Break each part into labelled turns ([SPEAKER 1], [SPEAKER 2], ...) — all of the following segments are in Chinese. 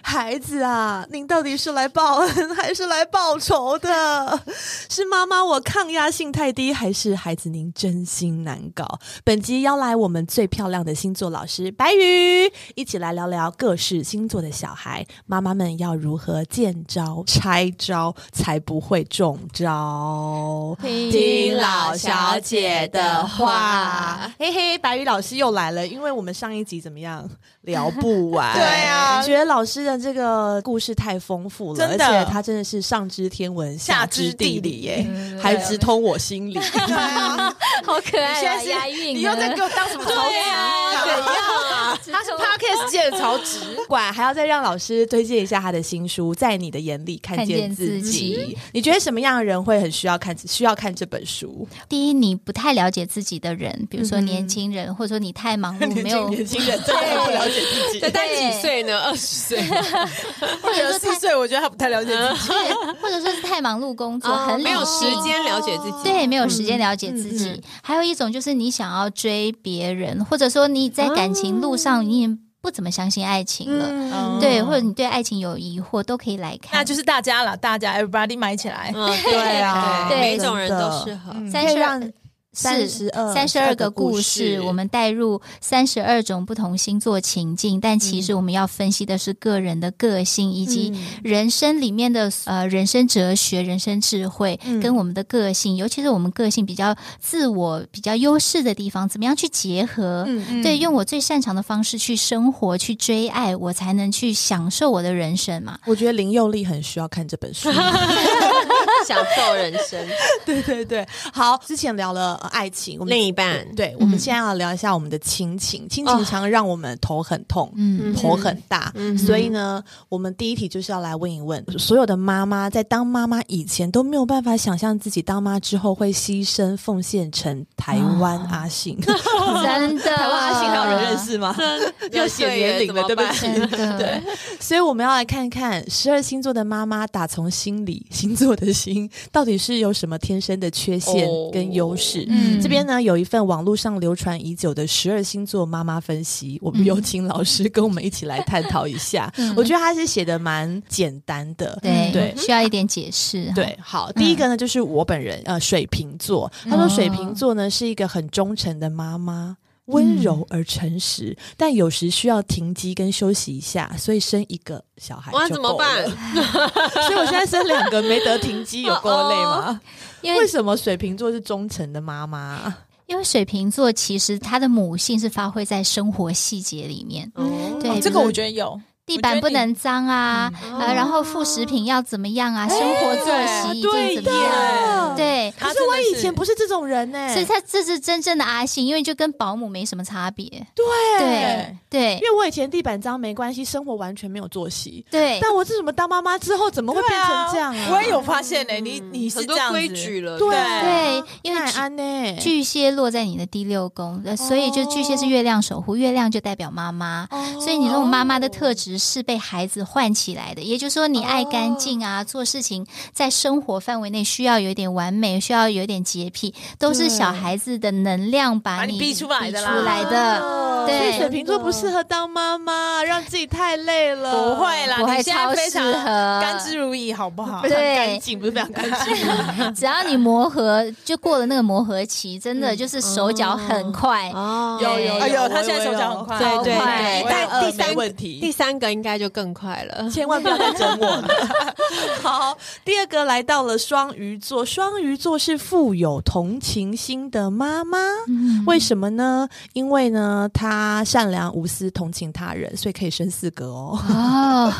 [SPEAKER 1] 孩子啊，您到底是来报恩还是来报仇的？是妈妈我抗压性太低，还是孩子您真心难搞？本集邀来我们最漂亮的星座老师白宇，一起来聊聊各式星座的小孩，妈妈们要如何见招拆招，才不会中招。
[SPEAKER 2] 听老小姐的话，
[SPEAKER 1] 嘿嘿，白宇老师又来了，因为我们上一集怎么样聊不完？
[SPEAKER 2] 对啊
[SPEAKER 1] 觉得老师的这个故事太丰富了，
[SPEAKER 2] 真的
[SPEAKER 1] 而且他真的是上知天文，
[SPEAKER 2] 下
[SPEAKER 1] 知
[SPEAKER 2] 知
[SPEAKER 1] 地
[SPEAKER 2] 地
[SPEAKER 1] 理
[SPEAKER 2] 理
[SPEAKER 1] 耶，
[SPEAKER 2] 嗯
[SPEAKER 1] 还直通我 心里。
[SPEAKER 3] 啊好可爱
[SPEAKER 2] 现在
[SPEAKER 3] 啊，
[SPEAKER 2] 是
[SPEAKER 3] 押韵啊，
[SPEAKER 2] 你又在给我当什么草
[SPEAKER 3] 对啊，怎
[SPEAKER 2] 纸？
[SPEAKER 3] 样 啊？他是
[SPEAKER 2] Podcast 界的草纸，
[SPEAKER 1] 管还要再让老师推荐一下他的新书《在你的眼里看见自
[SPEAKER 3] 看见自己
[SPEAKER 1] 你觉得什么样的人会很需要看需要看这本书？
[SPEAKER 3] 第一，你不太了解自己的人，比如说年轻人，或者说你太忙碌，没 有
[SPEAKER 1] 年轻人真的不了解自己。
[SPEAKER 3] 对
[SPEAKER 2] 但几岁 呢？二十岁，
[SPEAKER 3] 或者说
[SPEAKER 2] 四岁，我觉得他不太了解自己，
[SPEAKER 3] 太，或者说是太忙碌工作，很理性
[SPEAKER 2] 哦没有时。间嗯了解自己。
[SPEAKER 3] 对，没有时间了解自己。还有一种就是你想要追别人，或者说你在感情路
[SPEAKER 2] 啊
[SPEAKER 3] 上你也不怎么相信爱情了，
[SPEAKER 1] 嗯
[SPEAKER 3] 对，或者你对爱情有疑惑，都可以来看。
[SPEAKER 4] 那就是大家了，大家 everybody 买起来。
[SPEAKER 2] 嗯，
[SPEAKER 1] 对啊，
[SPEAKER 3] 对
[SPEAKER 2] 每一种人都适合。
[SPEAKER 1] 真的。
[SPEAKER 3] 三
[SPEAKER 1] 可以
[SPEAKER 3] 十
[SPEAKER 1] 让
[SPEAKER 3] 二
[SPEAKER 1] 嗯三十二
[SPEAKER 3] 三十二个故
[SPEAKER 1] 个
[SPEAKER 3] 事，
[SPEAKER 1] 故
[SPEAKER 3] 我们带入三十二种不同星座情境，但其
[SPEAKER 1] 嗯
[SPEAKER 3] 实我们要分析的是个人的个性以及人生里面的呃人生哲学、人生智慧
[SPEAKER 1] 嗯
[SPEAKER 3] 跟我们的个性，尤其是我们个性比较自我、比较优势的地方，怎么样去结合？
[SPEAKER 1] 嗯嗯
[SPEAKER 3] 对，用我最擅长的方式去生活、去追爱，我才能去享受我的人生嘛。
[SPEAKER 1] 我觉得林佑利很需要看这本书。
[SPEAKER 2] 享受人生，
[SPEAKER 1] 对对对，好，之前聊了、呃爱情，我们
[SPEAKER 2] 另一半
[SPEAKER 1] 对，我们现在要聊一下我们的亲情，亲情常让我们头很痛。
[SPEAKER 3] 哦嗯，
[SPEAKER 1] 头很大，
[SPEAKER 2] 嗯
[SPEAKER 1] 所以呢，我们第一题就是要来问一问，所有的妈妈在当妈妈以前都没有办法想象自己当妈之后会牺牲奉献成台湾阿信，
[SPEAKER 3] 真的，
[SPEAKER 1] 台啊湾阿信还有人认识 吗？要写年龄了，对不起。
[SPEAKER 3] 真的，对。
[SPEAKER 1] 所以我们要来看看十二星座的妈妈打从心里星座的心到底是有什么天生的缺陷
[SPEAKER 2] 哦
[SPEAKER 1] 跟优势。
[SPEAKER 3] 嗯
[SPEAKER 1] 这边呢有一份网络上流传已久的十二星座妈妈分析，我们有请老师跟我们一起来探讨一下。我觉得他是写的蛮简单的，
[SPEAKER 3] 对
[SPEAKER 1] 对。
[SPEAKER 3] 需要一点解释。，
[SPEAKER 1] 对，好，第一个呢，就是我本人，呃，水瓶座。他说，水瓶座呢是一个很忠诚的妈妈，温柔而诚实，但有时需要停机跟休息一下，所以生一个小孩
[SPEAKER 2] 哇，
[SPEAKER 1] 就
[SPEAKER 2] 怎么
[SPEAKER 1] 够
[SPEAKER 2] 办
[SPEAKER 1] 了？ 所以我现在生两个没得停机，有够累 吗？
[SPEAKER 3] 因
[SPEAKER 1] 为
[SPEAKER 3] 为
[SPEAKER 1] 什么水瓶座是忠诚的妈妈？
[SPEAKER 3] 因为水瓶座其实它的母性是发挥在生活细节里面，
[SPEAKER 2] 哦
[SPEAKER 3] 对，
[SPEAKER 4] 这个我
[SPEAKER 3] 得
[SPEAKER 4] 觉得有，
[SPEAKER 3] 地板不能脏啊，呃，然后副食品要怎么样啊，生活作息一定怎么样，对。
[SPEAKER 1] 可
[SPEAKER 2] 他
[SPEAKER 1] 是
[SPEAKER 2] 真
[SPEAKER 1] 我
[SPEAKER 2] 的
[SPEAKER 1] 以
[SPEAKER 2] 是
[SPEAKER 1] 前不是这种人呢、
[SPEAKER 3] 所以他这是真正的阿信，因为就跟保姆没什么差别。
[SPEAKER 1] 对
[SPEAKER 3] 对对
[SPEAKER 1] 哎因为我以前地板脏没关系，生活完全没有作息。
[SPEAKER 3] 对，
[SPEAKER 1] 但我是怎么当妈妈之后，怎么会变成这样啊？
[SPEAKER 4] 我也有发现呢、你你
[SPEAKER 2] 嗯
[SPEAKER 4] 是
[SPEAKER 2] 很
[SPEAKER 4] 这
[SPEAKER 2] 多
[SPEAKER 4] 样子
[SPEAKER 2] 规矩了，
[SPEAKER 1] 对
[SPEAKER 3] 对，因为
[SPEAKER 1] 奈安呢、
[SPEAKER 3] 巨蟹落在你的第六宫，呃所以就巨蟹是
[SPEAKER 1] 哦
[SPEAKER 3] 月亮守护，月亮就代表妈妈，所以你这种妈妈的特质是被孩子唤起来的，也就是说你爱干净
[SPEAKER 1] 哦
[SPEAKER 3] 啊，做事情在生活范围内需要有一点完美，需要有一点洁癖，都是小孩子的能量把
[SPEAKER 4] 把你
[SPEAKER 3] 你
[SPEAKER 4] 逼出来的啦
[SPEAKER 3] 逼出来的
[SPEAKER 1] 哦所以
[SPEAKER 3] 对
[SPEAKER 1] 水瓶座不适合当妈妈，让自己太累了。
[SPEAKER 4] 不会啦，
[SPEAKER 3] 不会
[SPEAKER 4] 你现在非常
[SPEAKER 3] 超适合
[SPEAKER 4] 甘之如饴，好不好？
[SPEAKER 3] 对
[SPEAKER 1] 干净不是非常干净。
[SPEAKER 3] 只要你磨合，就过了那个磨合期，真
[SPEAKER 1] 嗯
[SPEAKER 3] 的就是手脚很快。
[SPEAKER 2] 哦
[SPEAKER 3] 有有
[SPEAKER 1] 哎
[SPEAKER 4] 有我有有
[SPEAKER 2] 对对
[SPEAKER 3] 好
[SPEAKER 2] 对
[SPEAKER 3] 快，
[SPEAKER 2] 但第
[SPEAKER 1] 没
[SPEAKER 2] 三
[SPEAKER 1] 问
[SPEAKER 2] 第
[SPEAKER 1] 题，
[SPEAKER 2] 三个应该就更快了。
[SPEAKER 1] 千万不要再整我了。 好，第二个来到了双鱼座，双鱼座是富有同情心的妈妈。
[SPEAKER 3] 嗯
[SPEAKER 1] 为什么呢？因为呢，她善良无私、同情他人，所以可以生四个哦。
[SPEAKER 3] 哦，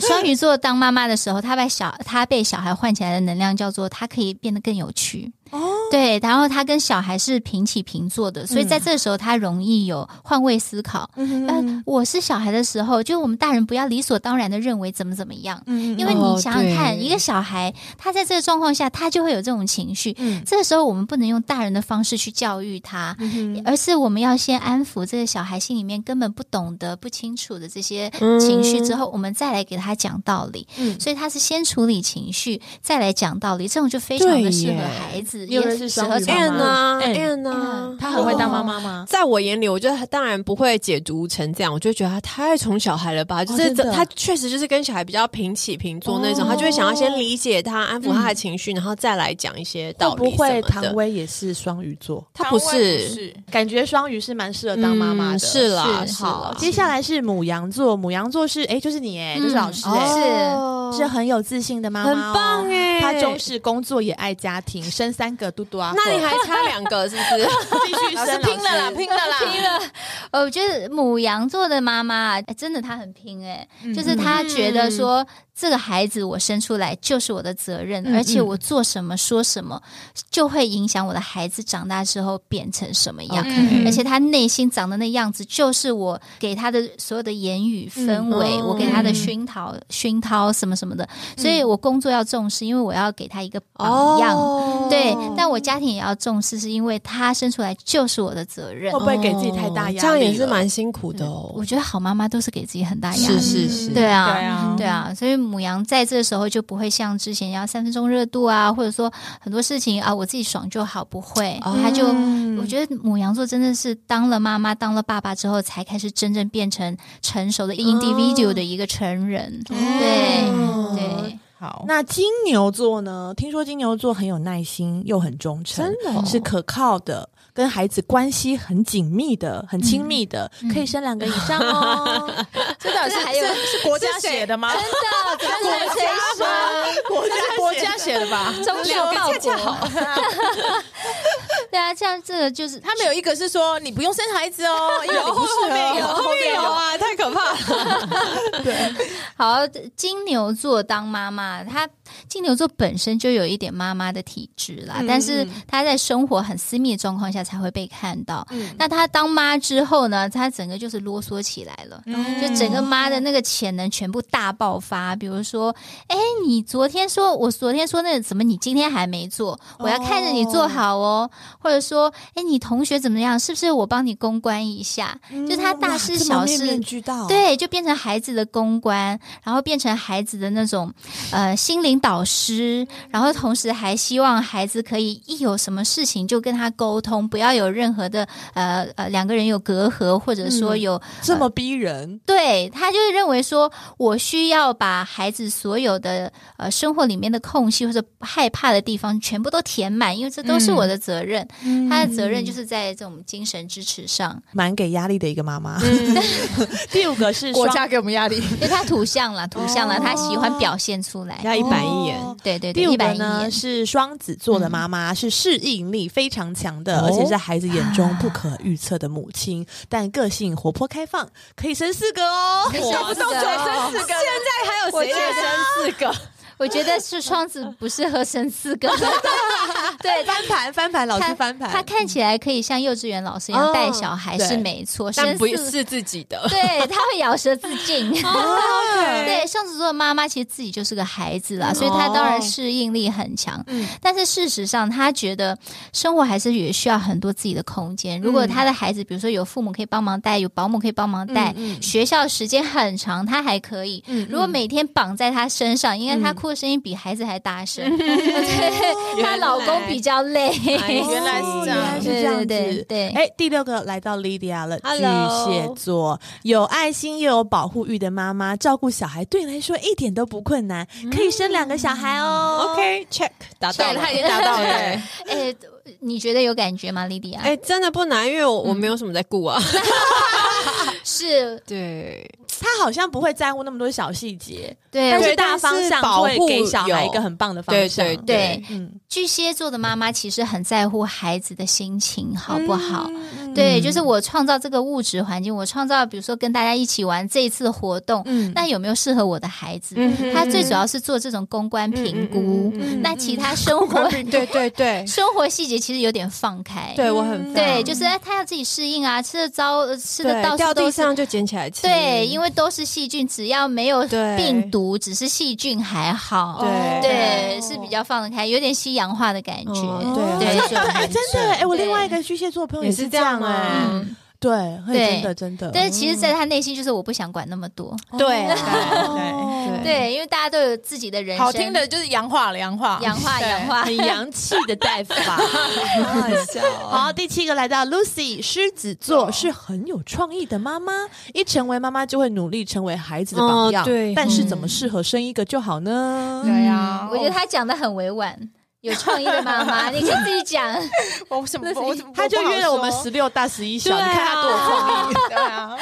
[SPEAKER 3] 双鱼座当妈妈的时候，她被小她被小孩唤起来的能量叫做她可以变得更有趣。
[SPEAKER 1] 哦，
[SPEAKER 3] 对，然后她跟小孩是平起平坐的，所以在这时候她容易有换位思考。
[SPEAKER 1] 嗯
[SPEAKER 3] 嗯，我是小孩的时候，就我们大人不要理所当然的认为怎么怎么样，
[SPEAKER 1] 嗯
[SPEAKER 3] 因为你想想
[SPEAKER 2] 哦
[SPEAKER 3] 看，
[SPEAKER 2] 对
[SPEAKER 3] 一个小孩他在这个状况下，他就会有这种情绪。
[SPEAKER 1] 嗯
[SPEAKER 3] 这时候我们不能用大人的方式去教育他，
[SPEAKER 1] 嗯
[SPEAKER 3] 而是我们要先安抚这个小孩心里面根本不懂得、不清楚的这些情绪，之后、我们再来给他讲道理。
[SPEAKER 1] 嗯
[SPEAKER 3] 所以他是先处理情绪，再来讲道理，这种就非常的适合
[SPEAKER 1] 对耶
[SPEAKER 3] 孩子。子，
[SPEAKER 1] 你有认
[SPEAKER 3] 也
[SPEAKER 1] 识
[SPEAKER 3] 适
[SPEAKER 1] 双
[SPEAKER 3] 合
[SPEAKER 1] 鱼
[SPEAKER 3] 从
[SPEAKER 1] 吗
[SPEAKER 2] Anne 啊
[SPEAKER 4] 嗯
[SPEAKER 2] ，Anne 啊，
[SPEAKER 4] 她很会当妈妈吗？
[SPEAKER 2] 在我眼里，我觉得他当然不会解读成这样，我就觉得他太宠小孩了吧，就是
[SPEAKER 1] 真的
[SPEAKER 2] 他确实就是跟小孩比较平起平坐那种，
[SPEAKER 1] 哦
[SPEAKER 2] 他就会想要先理解他，安抚他的情绪，然后再来讲一些道
[SPEAKER 1] 会
[SPEAKER 2] 理
[SPEAKER 1] 哦不会
[SPEAKER 2] 什么
[SPEAKER 1] 唐
[SPEAKER 2] 的。
[SPEAKER 1] 薇也是双鱼座？
[SPEAKER 2] 他不
[SPEAKER 4] 唐薇
[SPEAKER 2] 是，
[SPEAKER 1] 感觉双鱼是蛮适合当妈妈的。
[SPEAKER 2] 嗯是啦，
[SPEAKER 3] 是
[SPEAKER 2] 是
[SPEAKER 1] 好
[SPEAKER 2] 啦，，
[SPEAKER 1] 接下来是母羊座，母羊座是哎，就是你哎，
[SPEAKER 4] 嗯
[SPEAKER 1] 就是老师哎，
[SPEAKER 3] 是。
[SPEAKER 2] 哦
[SPEAKER 1] 是很有自信的妈妈、哦
[SPEAKER 2] 很棒哎
[SPEAKER 1] 她重视工作也爱家庭，生三个嘟嘟啊，
[SPEAKER 2] 那你还差两个是不是？
[SPEAKER 1] 继续
[SPEAKER 4] 老师
[SPEAKER 1] 生
[SPEAKER 4] 拼了啦，拼 了啦，拼了！
[SPEAKER 3] 呃，我觉得母羊座的妈妈、哎真的她很拼哎、
[SPEAKER 4] 嗯
[SPEAKER 3] 就是她觉得说、这个孩子我生出来就是我的责任，
[SPEAKER 4] 嗯
[SPEAKER 3] 而且我做什么说什么就会影响我的孩子长大之后变成什么样。
[SPEAKER 4] 嗯
[SPEAKER 3] 而且他内心长的那样子，就是我给他的所有的言语氛围，
[SPEAKER 2] 嗯哦
[SPEAKER 3] 我给他的熏陶、熏陶什么什么的，
[SPEAKER 4] 嗯
[SPEAKER 3] 所以我工作要重视，因为我要给他一个榜样。
[SPEAKER 2] 哦
[SPEAKER 3] 对，但我家庭也要重视，是因为他生出来就是我的责任
[SPEAKER 1] 会。
[SPEAKER 4] 哦
[SPEAKER 1] 不会给自己太大压力了？
[SPEAKER 2] 这样也是蛮辛苦的哦
[SPEAKER 3] 我。觉得好妈妈都是给自己很大压力的，
[SPEAKER 2] 是是
[SPEAKER 4] 嗯
[SPEAKER 2] 是
[SPEAKER 3] 对啊
[SPEAKER 4] 对啊，
[SPEAKER 3] 对啊，所以母羊在这时候就不会像之前要三分钟热度啊，或者说很多事情啊我自己爽就好，不会，
[SPEAKER 2] 哦
[SPEAKER 3] 他就。
[SPEAKER 1] 嗯
[SPEAKER 3] 我觉得母羊座真的是当了妈妈、当了爸爸之后，才开始真正变成成熟的 individual 的一个成人。
[SPEAKER 2] 哦
[SPEAKER 3] 对对，
[SPEAKER 4] 好，
[SPEAKER 1] 那金牛座呢？听说金牛座很有耐心，又很忠诚，
[SPEAKER 2] 真的哦
[SPEAKER 1] 是可靠的，跟孩子关系很紧密的、很亲密的，
[SPEAKER 3] 嗯
[SPEAKER 1] 可以生两个以上哦。
[SPEAKER 4] 这到底
[SPEAKER 3] 这还有
[SPEAKER 4] 是是是国家 写的吗？
[SPEAKER 3] 真的，真的谁
[SPEAKER 4] 国家国家写的吧？
[SPEAKER 3] 中华报国？对啊，这样这个就是
[SPEAKER 4] 他们有一个是说你不用生孩子
[SPEAKER 2] 哎
[SPEAKER 4] 哦，
[SPEAKER 2] 嗯
[SPEAKER 4] 因为你不适合，后面有
[SPEAKER 2] 啊，太可怕了！
[SPEAKER 3] 好，金牛座当妈妈，她金牛座本身就有一点妈妈的体质啦，
[SPEAKER 1] 嗯
[SPEAKER 3] 但是
[SPEAKER 1] 嗯
[SPEAKER 3] 她在生活很私密的状况下才会被看到。
[SPEAKER 1] 嗯
[SPEAKER 3] 那她当妈之后呢，她整个就是啰嗦起来了。
[SPEAKER 4] 嗯
[SPEAKER 3] 就整个妈的那个潜能全部大爆发，比如说，哎，你昨天说，我昨天说那个怎么，你今天还没做，
[SPEAKER 1] 哦
[SPEAKER 3] 我要看着你做好哦，或者说，哎，你同学怎么样，是不是我帮你公关一下？就他大事小事
[SPEAKER 1] 哇这么面面俱到，，
[SPEAKER 3] 对，就变成孩子的公关，然后变成孩子的那种呃心灵导师，然后同时还希望孩子可以一有什么事情就跟他沟通，不要有任何的呃呃两个人有隔阂，或者说
[SPEAKER 1] 嗯
[SPEAKER 3] 有、
[SPEAKER 1] 这么逼人。
[SPEAKER 3] 对他就是认为说我需要把孩子所有的呃生活里面的空隙或者害怕的地方全部都填满，因为这都是我的责任，他的责任就是在这种精神支持上，
[SPEAKER 1] 蛮给压力的一个妈妈。 第五个是
[SPEAKER 4] 国
[SPEAKER 1] 双
[SPEAKER 4] 家给我们压力，
[SPEAKER 3] 因为他图像了图像了，
[SPEAKER 1] 哦
[SPEAKER 3] 他喜欢表现出来。
[SPEAKER 2] 要一板一眼，
[SPEAKER 1] 哦
[SPEAKER 3] 对对对，
[SPEAKER 1] 第五
[SPEAKER 3] 一
[SPEAKER 1] 个
[SPEAKER 3] 板一
[SPEAKER 1] 呢
[SPEAKER 3] 眼。
[SPEAKER 1] 是双子座的妈妈，是适应力非常强的，
[SPEAKER 2] 哦
[SPEAKER 1] 而且是孩子眼中不可预测的母亲，但个性活泼开放，可以生四个哦。
[SPEAKER 4] 动不动就生四个，现在还有谁生四个？
[SPEAKER 3] 我觉得是双子不适合生四 个，对他
[SPEAKER 1] 翻盘翻盘，老师翻
[SPEAKER 3] 他
[SPEAKER 1] 盘。
[SPEAKER 3] 看起来可以像幼稚园老师一样
[SPEAKER 2] 哦
[SPEAKER 3] 带小孩
[SPEAKER 1] 对
[SPEAKER 3] 是没错，
[SPEAKER 2] 但
[SPEAKER 3] 生
[SPEAKER 2] 不
[SPEAKER 3] 四个
[SPEAKER 2] 是自己的。
[SPEAKER 3] 对，他会咬舌自尽。
[SPEAKER 2] 哦
[SPEAKER 4] 对，
[SPEAKER 3] 对，双子座的妈妈其实自己就是个孩子啦，所以她
[SPEAKER 2] 哦
[SPEAKER 3] 当然适应力很强。
[SPEAKER 1] 嗯
[SPEAKER 3] 但是事实上，她觉得生活还是也需要很多自己的空间。如果她的孩子，比如说有父母可以帮忙带，有保姆可以帮忙
[SPEAKER 2] 嗯
[SPEAKER 3] 带，学校时间很长，她还可以。如果每天绑在她身上，因为她哭的声音比孩子还大声， 对，她
[SPEAKER 2] 嗯原
[SPEAKER 3] 老公
[SPEAKER 2] 来
[SPEAKER 3] 比较累。
[SPEAKER 2] 哎
[SPEAKER 4] 原来是
[SPEAKER 1] 哦
[SPEAKER 4] 这样
[SPEAKER 1] 原来是这样子。
[SPEAKER 3] 对对对
[SPEAKER 1] 哎，第六个来到 Lydia 了，
[SPEAKER 2] Hello
[SPEAKER 1] 巨蟹座，有爱心又有保护欲的妈妈，照顾小孩对你来说一点都不困难，可以生两个小孩哦。
[SPEAKER 2] OK，check，达到
[SPEAKER 3] 对
[SPEAKER 2] 了
[SPEAKER 3] 他。已经
[SPEAKER 4] 达到了。
[SPEAKER 3] 哎，你觉得有感觉吗，莉啊迪亚？
[SPEAKER 2] 哎，真的不难，因为我我没有什么在顾啊。
[SPEAKER 3] 是
[SPEAKER 2] 对，
[SPEAKER 1] 他好像不会在乎那么多小细节，
[SPEAKER 3] 对，
[SPEAKER 1] 但
[SPEAKER 3] 我
[SPEAKER 1] 是
[SPEAKER 2] 对
[SPEAKER 1] 大方向会给小孩一个很棒的方向。
[SPEAKER 2] 对对
[SPEAKER 3] 对，
[SPEAKER 1] 嗯，
[SPEAKER 3] 巨蟹座的妈妈其实很在乎孩子的心情好不好。
[SPEAKER 2] 嗯
[SPEAKER 1] 嗯
[SPEAKER 3] 对，就是我创造这个物质环境，我创造，比如说跟大家一起玩这一次的活动，
[SPEAKER 1] 嗯
[SPEAKER 3] 那有没有适合我的孩子？
[SPEAKER 2] 嗯哼
[SPEAKER 3] 他最主要是做这种公关评估，
[SPEAKER 1] 嗯
[SPEAKER 3] 那其他生活、
[SPEAKER 2] 对对对
[SPEAKER 3] 生活细节其实有点放开。
[SPEAKER 2] 对，我很
[SPEAKER 3] 对，就是哎他要自己适应啊，吃的糟，呃吃的
[SPEAKER 2] 对
[SPEAKER 3] 到
[SPEAKER 2] 掉
[SPEAKER 3] 处
[SPEAKER 2] 地
[SPEAKER 3] 都是。
[SPEAKER 2] 上就捡起来吃。
[SPEAKER 3] 对，因为都是细菌，只要没有
[SPEAKER 2] 对
[SPEAKER 3] 病毒，只是细菌还好。
[SPEAKER 2] 对
[SPEAKER 3] 对，是比较放得开，有点西洋化的感觉。
[SPEAKER 2] 哦
[SPEAKER 1] 哦
[SPEAKER 2] 对
[SPEAKER 3] 对
[SPEAKER 1] 真的哎，真的哎，我
[SPEAKER 3] 对
[SPEAKER 1] 另外一个巨蟹座朋友也
[SPEAKER 2] 也
[SPEAKER 1] 是
[SPEAKER 2] 是
[SPEAKER 1] 这
[SPEAKER 2] 这
[SPEAKER 1] 样哎
[SPEAKER 2] 样吗。
[SPEAKER 3] 嗯
[SPEAKER 1] 对，嘿
[SPEAKER 3] 对
[SPEAKER 1] 真的真的，
[SPEAKER 3] 但是其实，
[SPEAKER 2] 嗯
[SPEAKER 3] 在他内心就是我不想管那么多，
[SPEAKER 2] 对啊
[SPEAKER 1] 哦
[SPEAKER 2] 对
[SPEAKER 3] 对，因为大家都有自己的人生，
[SPEAKER 4] 好听的就是洋话了，洋话，
[SPEAKER 3] 洋话，
[SPEAKER 4] 对
[SPEAKER 3] 洋话，
[SPEAKER 2] 很洋气的带 法，
[SPEAKER 1] 好好笑 哦。好，第七个来到 Lucy，狮子座是很有创意的妈妈，一成为妈妈就会努力成为孩子的榜样。
[SPEAKER 2] 哦对
[SPEAKER 1] 但是怎么适合生一个就好呢？
[SPEAKER 4] 对
[SPEAKER 2] 嗯
[SPEAKER 4] 呀
[SPEAKER 3] 啊我觉得他讲的很委婉，有创意的妈妈，你可以自己讲。
[SPEAKER 4] 我什么我什么
[SPEAKER 1] 他就约了我们 十，六大十一
[SPEAKER 2] 啊
[SPEAKER 1] 小，你看他多有创意。
[SPEAKER 4] 我不好说对啊，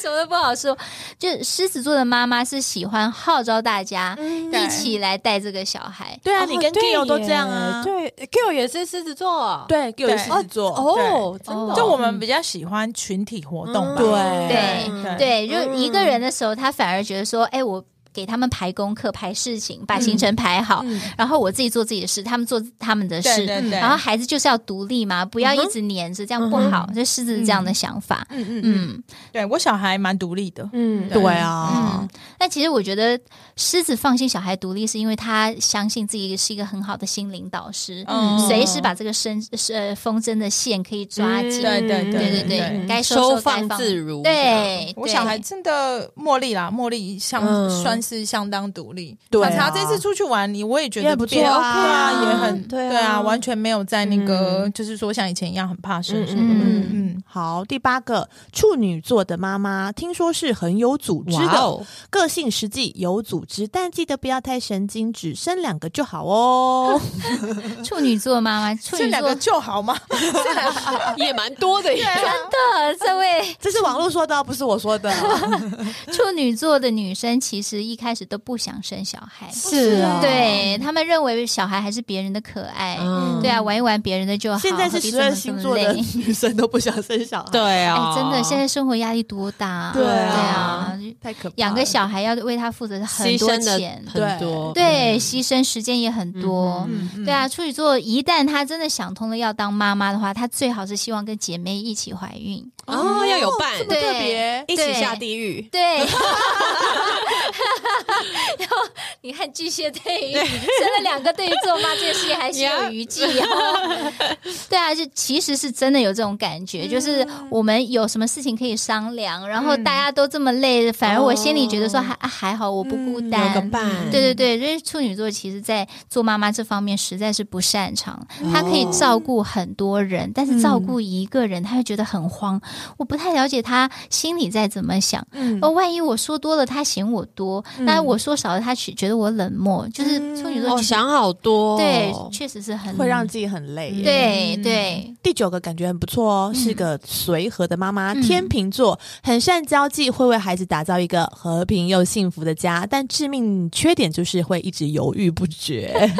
[SPEAKER 3] 什么都不好说。就狮子座的妈妈是喜欢号召大家
[SPEAKER 4] 嗯对
[SPEAKER 3] 一起来带这个小孩。
[SPEAKER 1] 对啊，
[SPEAKER 2] 哦
[SPEAKER 1] 你跟
[SPEAKER 2] 对
[SPEAKER 1] Gio 都这
[SPEAKER 2] 耶
[SPEAKER 1] 样啊。
[SPEAKER 2] 对，Gio 也是狮子座，
[SPEAKER 1] 对，Gio 也
[SPEAKER 4] 对
[SPEAKER 1] 狮子座。
[SPEAKER 2] 哦，真的哦，
[SPEAKER 4] 就我们比较喜欢群体活动吧，
[SPEAKER 1] 对
[SPEAKER 3] 对
[SPEAKER 4] 嗯
[SPEAKER 3] 对，如果一个人的时候，他反而觉得说，哎，我。给他们排功课、排事情，把
[SPEAKER 4] 嗯
[SPEAKER 3] 行程排好，然后我自己做自己的事，他们做他们的
[SPEAKER 4] 对
[SPEAKER 3] 事，
[SPEAKER 4] 对嗯对，
[SPEAKER 3] 然后孩子就是要独立嘛，不要一直黏着，这样不好。这狮子这样的想法，
[SPEAKER 1] 嗯嗯嗯，
[SPEAKER 3] 嗯
[SPEAKER 4] 对我小孩蛮独立的，
[SPEAKER 2] 嗯
[SPEAKER 1] 对啊
[SPEAKER 3] 嗯，。那、其实我觉得狮子放心小孩独立，是因为他相信自己是一个很好的心灵导师，
[SPEAKER 4] 嗯嗯
[SPEAKER 3] 随时把这个绳呃风筝的线可以抓紧。
[SPEAKER 4] 对对对
[SPEAKER 3] 嗯对对
[SPEAKER 4] 对
[SPEAKER 3] 对，该收
[SPEAKER 2] 收
[SPEAKER 3] 收该
[SPEAKER 2] 放自如，
[SPEAKER 3] 对，
[SPEAKER 4] 我
[SPEAKER 3] 对
[SPEAKER 4] 小孩真的茉莉啦，茉莉相、
[SPEAKER 2] 嗯
[SPEAKER 4] 算是相当独立。
[SPEAKER 1] 对啊
[SPEAKER 4] 他这次出去玩，你我也觉
[SPEAKER 1] 也
[SPEAKER 4] 得
[SPEAKER 1] 不
[SPEAKER 4] 变
[SPEAKER 1] 错啊
[SPEAKER 4] 对啊，也很
[SPEAKER 2] 对啊
[SPEAKER 4] 对啊，完全没有在那个、
[SPEAKER 2] 嗯
[SPEAKER 4] 就是说像以前一样很怕生
[SPEAKER 2] 嗯
[SPEAKER 4] 什么
[SPEAKER 2] 嗯
[SPEAKER 4] 的。
[SPEAKER 2] 嗯，
[SPEAKER 4] 嗯，
[SPEAKER 1] 好，第八个处女座的妈妈，听说是很有组织
[SPEAKER 2] 哇
[SPEAKER 1] 的，
[SPEAKER 2] 哦，
[SPEAKER 1] 个性实际有组织，但记得不要太神经质，生两个就好哦。
[SPEAKER 3] 处女座妈妈，处
[SPEAKER 4] 嗯这
[SPEAKER 3] 女
[SPEAKER 4] 两
[SPEAKER 3] 座
[SPEAKER 4] 个就好吗？
[SPEAKER 2] 也蛮多的耶，
[SPEAKER 3] 真的，这位
[SPEAKER 1] 这是网络说的哦，不是我说的。
[SPEAKER 3] 处女座的女生其实一开始都不想生小孩，
[SPEAKER 1] 是啊
[SPEAKER 3] 对他们认为小孩还是别人的可爱，
[SPEAKER 2] 嗯
[SPEAKER 3] 对啊，玩一玩别人的就好。
[SPEAKER 1] 现在
[SPEAKER 3] 何
[SPEAKER 1] 是十
[SPEAKER 3] 必这么
[SPEAKER 1] 二星座
[SPEAKER 3] 这么
[SPEAKER 1] 的
[SPEAKER 3] 累
[SPEAKER 1] 女生都不想生小孩，
[SPEAKER 2] 对
[SPEAKER 3] 哎
[SPEAKER 2] 啊，，
[SPEAKER 3] 真的，现在生活压力多大啊？
[SPEAKER 1] 对
[SPEAKER 3] 啊
[SPEAKER 1] 啊，太可怕了。
[SPEAKER 3] 养个小孩要为他负责很
[SPEAKER 2] 牺
[SPEAKER 3] 多
[SPEAKER 2] 牲
[SPEAKER 3] 钱
[SPEAKER 2] 的，
[SPEAKER 1] 对
[SPEAKER 2] 很多，
[SPEAKER 3] 对，牺牲时间也很多。
[SPEAKER 4] 嗯，嗯
[SPEAKER 3] 对，啊，处女座一旦她真的想通了要当妈妈的话，她最好是希望跟姐妹一起怀孕，
[SPEAKER 2] 哦，要有伴，
[SPEAKER 3] 对，
[SPEAKER 1] 特别
[SPEAKER 2] 一起
[SPEAKER 3] 对
[SPEAKER 2] 下地狱，
[SPEAKER 3] 对。然后你看巨蟹对于生了两个对于做妈这件事情还心有余悸哦。 对啊，就其实是真的有这种感
[SPEAKER 2] 嗯
[SPEAKER 3] 觉，就是我们有什么事情可以商量，然后大家都这么累，反而我心里觉得说还啊还好，我不孤单，
[SPEAKER 2] 哦嗯
[SPEAKER 3] 嗯
[SPEAKER 2] 有个伴，
[SPEAKER 3] 对对对，因为处女座其实，在做妈妈这方面实在是不擅长。
[SPEAKER 2] 嗯
[SPEAKER 3] 她可以照顾很多人，但是照顾一个人，她会觉得很慌。我不太了解她心里在怎么想。
[SPEAKER 1] 嗯
[SPEAKER 3] 哦，万一我说多了，她嫌我多；那我说少了，她觉觉得我冷漠。就是处女座
[SPEAKER 2] 哦，
[SPEAKER 3] 确实，
[SPEAKER 2] 想好多哦，
[SPEAKER 3] 对，确实是很
[SPEAKER 1] 会让自己很累耶。
[SPEAKER 3] 对
[SPEAKER 4] 嗯
[SPEAKER 3] 对
[SPEAKER 1] 第九个感觉很不错哦，是个随和的妈妈，
[SPEAKER 3] 嗯
[SPEAKER 1] 天秤座很善交际，会为孩子打造一个和平又幸福的家。但致命缺点就是会一直犹豫不决。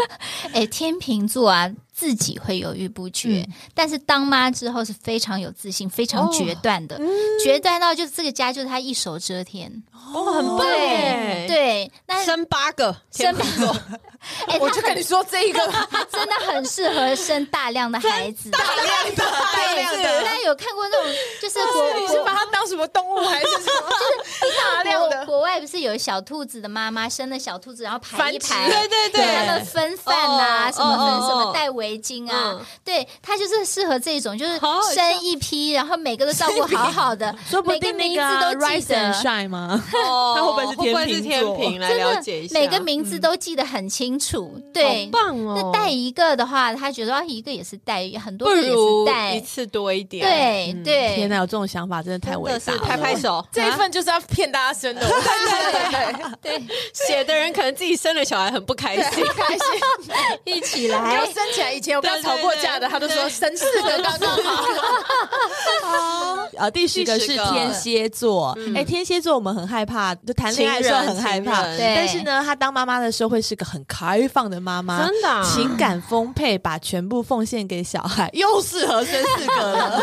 [SPEAKER 3] 哎，天秤座啊，自己会犹豫不决，但是当妈之后是非常有自信、非常决断的，决断到就这个家就是她一手遮天。
[SPEAKER 2] 哦，很棒耶，
[SPEAKER 3] 对哎对，那
[SPEAKER 2] 生八个，
[SPEAKER 3] 生八
[SPEAKER 2] 八个，
[SPEAKER 3] 哎，
[SPEAKER 4] 我
[SPEAKER 3] 她
[SPEAKER 4] 就跟你说这一个
[SPEAKER 3] 她真的很适合生大量的孩子。
[SPEAKER 4] 量的，大
[SPEAKER 3] 对，
[SPEAKER 4] 量
[SPEAKER 3] 大
[SPEAKER 4] 的。
[SPEAKER 3] 家有看过那种，就是
[SPEAKER 4] 你
[SPEAKER 3] 国
[SPEAKER 4] 是
[SPEAKER 3] 国
[SPEAKER 4] 把它当什么动物还是什么？大量
[SPEAKER 3] 啊国
[SPEAKER 4] 的
[SPEAKER 3] 国外不是有小兔子的妈妈生了小兔子，然后排一
[SPEAKER 4] 繁殖
[SPEAKER 3] 排，
[SPEAKER 4] 对对对
[SPEAKER 3] 他们分饭啊，
[SPEAKER 2] 哦
[SPEAKER 3] 什么
[SPEAKER 2] 哦
[SPEAKER 3] 分
[SPEAKER 2] 哦
[SPEAKER 3] 什
[SPEAKER 2] 哦
[SPEAKER 3] 么戴围巾啊
[SPEAKER 2] 嗯，
[SPEAKER 3] 对，她就是适合这种，就是
[SPEAKER 2] 好好笑
[SPEAKER 3] 生一批，然后每个都照 顾好好的，
[SPEAKER 1] 说不
[SPEAKER 3] 每个
[SPEAKER 1] 定那
[SPEAKER 3] 名
[SPEAKER 1] 个
[SPEAKER 3] 字
[SPEAKER 1] 啊
[SPEAKER 3] 都记
[SPEAKER 1] Rise and
[SPEAKER 3] 得。
[SPEAKER 1] Shine 吗？
[SPEAKER 2] 他
[SPEAKER 1] 他会不会是天秤座
[SPEAKER 2] 天平来
[SPEAKER 3] 真
[SPEAKER 2] 了
[SPEAKER 3] 的
[SPEAKER 2] 解一下？嗯
[SPEAKER 3] 每个名字都记得很清楚，对
[SPEAKER 2] 好，棒哦，
[SPEAKER 3] 那带一个的话，他觉得啊一个也是带，很多
[SPEAKER 2] 不
[SPEAKER 3] 个也是
[SPEAKER 2] 如
[SPEAKER 3] 带
[SPEAKER 2] 一，次多一点，
[SPEAKER 3] 对
[SPEAKER 2] 嗯，
[SPEAKER 3] 对，
[SPEAKER 1] 天哪，有这种想法真的太
[SPEAKER 2] 真
[SPEAKER 1] 伟
[SPEAKER 2] 的
[SPEAKER 1] 大
[SPEAKER 2] 是
[SPEAKER 1] 了！
[SPEAKER 2] 拍拍手，
[SPEAKER 4] 这一份就是要骗大家生的，我看对对
[SPEAKER 3] 对，
[SPEAKER 2] 写的人可能自己生了小孩很不开心，
[SPEAKER 4] 对，开心。
[SPEAKER 3] 一起
[SPEAKER 4] 你要
[SPEAKER 3] 来。
[SPEAKER 4] 生起来，以前我刚
[SPEAKER 2] 对对
[SPEAKER 4] 吵过架的，
[SPEAKER 2] 对
[SPEAKER 4] 他都说生四个刚刚好。
[SPEAKER 1] 呃，第十个是
[SPEAKER 2] 第十个
[SPEAKER 1] 天蝎座，哎、天蝎座我们很害怕，就谈恋爱的时候很害怕
[SPEAKER 2] 情，人
[SPEAKER 3] 对
[SPEAKER 1] 但是呢，她当妈妈的时候会是个很开放的妈妈，
[SPEAKER 2] 真的啊
[SPEAKER 1] 情感丰沛，把全部奉献给小 孩，又适合生四个了。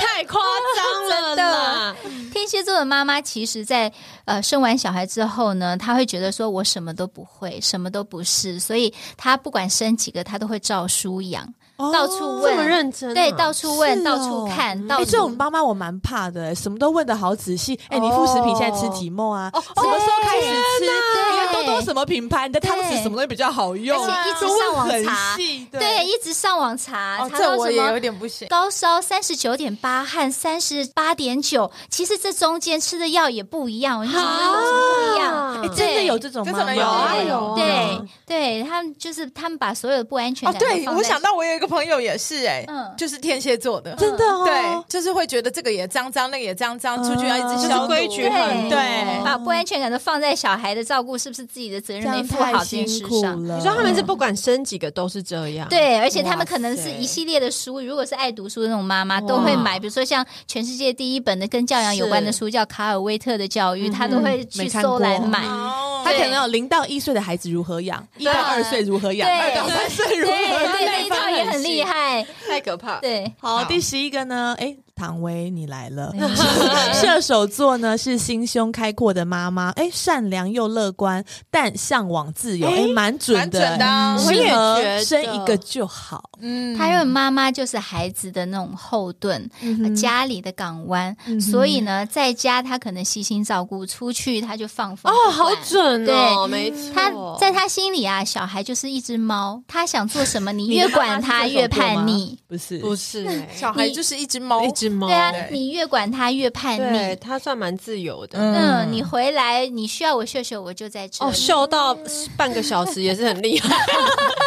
[SPEAKER 2] 太夸张了啦！
[SPEAKER 3] 天蝎座的妈妈其实在，呃生完小孩之后呢，她会觉得说我什么都不会，什么都不是，所以她不管生几个，她都会照书养。
[SPEAKER 1] 哦
[SPEAKER 3] 到处
[SPEAKER 2] 这么
[SPEAKER 3] 问，
[SPEAKER 2] 认真啊，
[SPEAKER 3] 对，到处问，
[SPEAKER 1] 是
[SPEAKER 3] 到
[SPEAKER 1] 哦
[SPEAKER 3] 处看，
[SPEAKER 1] 哎、
[SPEAKER 3] 到处哦
[SPEAKER 1] 这种妈妈我蛮怕的、什么都问的好仔细。哎、你副食品现在吃几沫啊？什么时候开始吃？你的痘痘什么品牌？你的汤匙
[SPEAKER 3] 对
[SPEAKER 1] 什么东西比较好用？
[SPEAKER 3] 而且一直
[SPEAKER 1] 就问
[SPEAKER 3] 上网
[SPEAKER 1] 很
[SPEAKER 3] 查
[SPEAKER 1] 细对
[SPEAKER 3] 对，一直上网查，
[SPEAKER 4] 哦，
[SPEAKER 3] 查
[SPEAKER 4] 这
[SPEAKER 3] 到
[SPEAKER 4] 我
[SPEAKER 3] 什
[SPEAKER 4] 也有
[SPEAKER 3] 么
[SPEAKER 4] 点不行。
[SPEAKER 3] 高烧三十九点八和三十八点九，其实这中间吃的药也不一样，我就觉得有什么不一样？
[SPEAKER 1] 哎真的
[SPEAKER 3] 对
[SPEAKER 1] 有这种
[SPEAKER 4] 这
[SPEAKER 1] 妈
[SPEAKER 4] 种
[SPEAKER 1] 妈哎
[SPEAKER 4] 人有啊
[SPEAKER 3] 对
[SPEAKER 2] 有啊
[SPEAKER 3] 对对，他们就是他们把所有的不安全
[SPEAKER 4] 哦，
[SPEAKER 3] 感都
[SPEAKER 4] 对，
[SPEAKER 3] 放
[SPEAKER 4] 我
[SPEAKER 3] 在
[SPEAKER 4] 想到我有一个朋友也是，哎
[SPEAKER 3] 嗯，
[SPEAKER 4] 就是天蝎座的，
[SPEAKER 1] 真的哦。
[SPEAKER 4] 对，就是会觉得这个也脏脏，那个也脏脏，
[SPEAKER 1] 嗯
[SPEAKER 4] 出去要一
[SPEAKER 3] 哦
[SPEAKER 4] 直消毒
[SPEAKER 2] 就是规矩
[SPEAKER 3] 对
[SPEAKER 2] 很
[SPEAKER 4] 对
[SPEAKER 3] 把不安全感都放在小孩的照顾，是不是自己的责
[SPEAKER 1] 这
[SPEAKER 3] 任没
[SPEAKER 1] 样
[SPEAKER 3] 负好
[SPEAKER 1] 太
[SPEAKER 3] 这件
[SPEAKER 1] 辛
[SPEAKER 3] 事
[SPEAKER 1] 苦
[SPEAKER 3] 上？
[SPEAKER 1] 了。
[SPEAKER 2] 你说他们是不管生几个都是这样，，
[SPEAKER 3] 对，而且他
[SPEAKER 4] 哇
[SPEAKER 3] 们可能是
[SPEAKER 4] 塞
[SPEAKER 3] 一系列的书，如果是爱读书的那种妈妈，都会买，比如说像全世界第一本的跟教养有关的
[SPEAKER 2] 是
[SPEAKER 3] 书，叫《卡尔威特的教育》，她都会
[SPEAKER 1] 嗯没
[SPEAKER 3] 去
[SPEAKER 1] 看
[SPEAKER 3] 搜来
[SPEAKER 1] 过
[SPEAKER 3] 买。
[SPEAKER 4] 哦
[SPEAKER 1] 他可
[SPEAKER 3] 对
[SPEAKER 1] 能有零到一岁的孩子如何养，一
[SPEAKER 3] 对
[SPEAKER 1] 到二岁如何养，
[SPEAKER 3] 对
[SPEAKER 1] 二到三岁
[SPEAKER 3] 对
[SPEAKER 1] 如何
[SPEAKER 3] 对，
[SPEAKER 1] 养。
[SPEAKER 3] 那一套也很厉害。
[SPEAKER 2] 太可怕。
[SPEAKER 3] 对，
[SPEAKER 1] 好，
[SPEAKER 4] 好
[SPEAKER 1] 哦第十一个呢？哎，唐薇，你来了。 射手座呢是心胸开阔的妈妈，哎，善良又乐观，但向往自由，哎，蛮准
[SPEAKER 4] 蛮
[SPEAKER 1] 的，
[SPEAKER 4] 准的啊，
[SPEAKER 2] 嗯我也
[SPEAKER 1] 适合
[SPEAKER 2] 觉得
[SPEAKER 1] 生一个就好。
[SPEAKER 4] 嗯，
[SPEAKER 3] 他认为妈妈就是孩子的那种后盾，
[SPEAKER 1] 嗯
[SPEAKER 3] 家里的港湾。所以呢，在家他可能悉心照顾，出去他就放风
[SPEAKER 2] 哦，
[SPEAKER 3] 不
[SPEAKER 2] 好
[SPEAKER 3] 管
[SPEAKER 2] 准哦，
[SPEAKER 3] 对
[SPEAKER 2] 没错。
[SPEAKER 3] 他在他心里啊，小孩就是一只猫，他想做什么，你越管他
[SPEAKER 1] 你的
[SPEAKER 3] 越
[SPEAKER 1] 妈妈是射手座吗
[SPEAKER 3] 叛逆。
[SPEAKER 1] 不是，
[SPEAKER 2] 不是欸
[SPEAKER 4] 小孩就是一只猫，
[SPEAKER 2] 一只猫，
[SPEAKER 3] 对啊
[SPEAKER 4] 对，
[SPEAKER 3] 你越管他越叛
[SPEAKER 2] 对
[SPEAKER 3] 逆。
[SPEAKER 2] 他算蛮自由的。
[SPEAKER 3] 嗯，你回来你需要我秀秀，我就在这里。
[SPEAKER 2] 哦，秀到半个小时也是很厉害，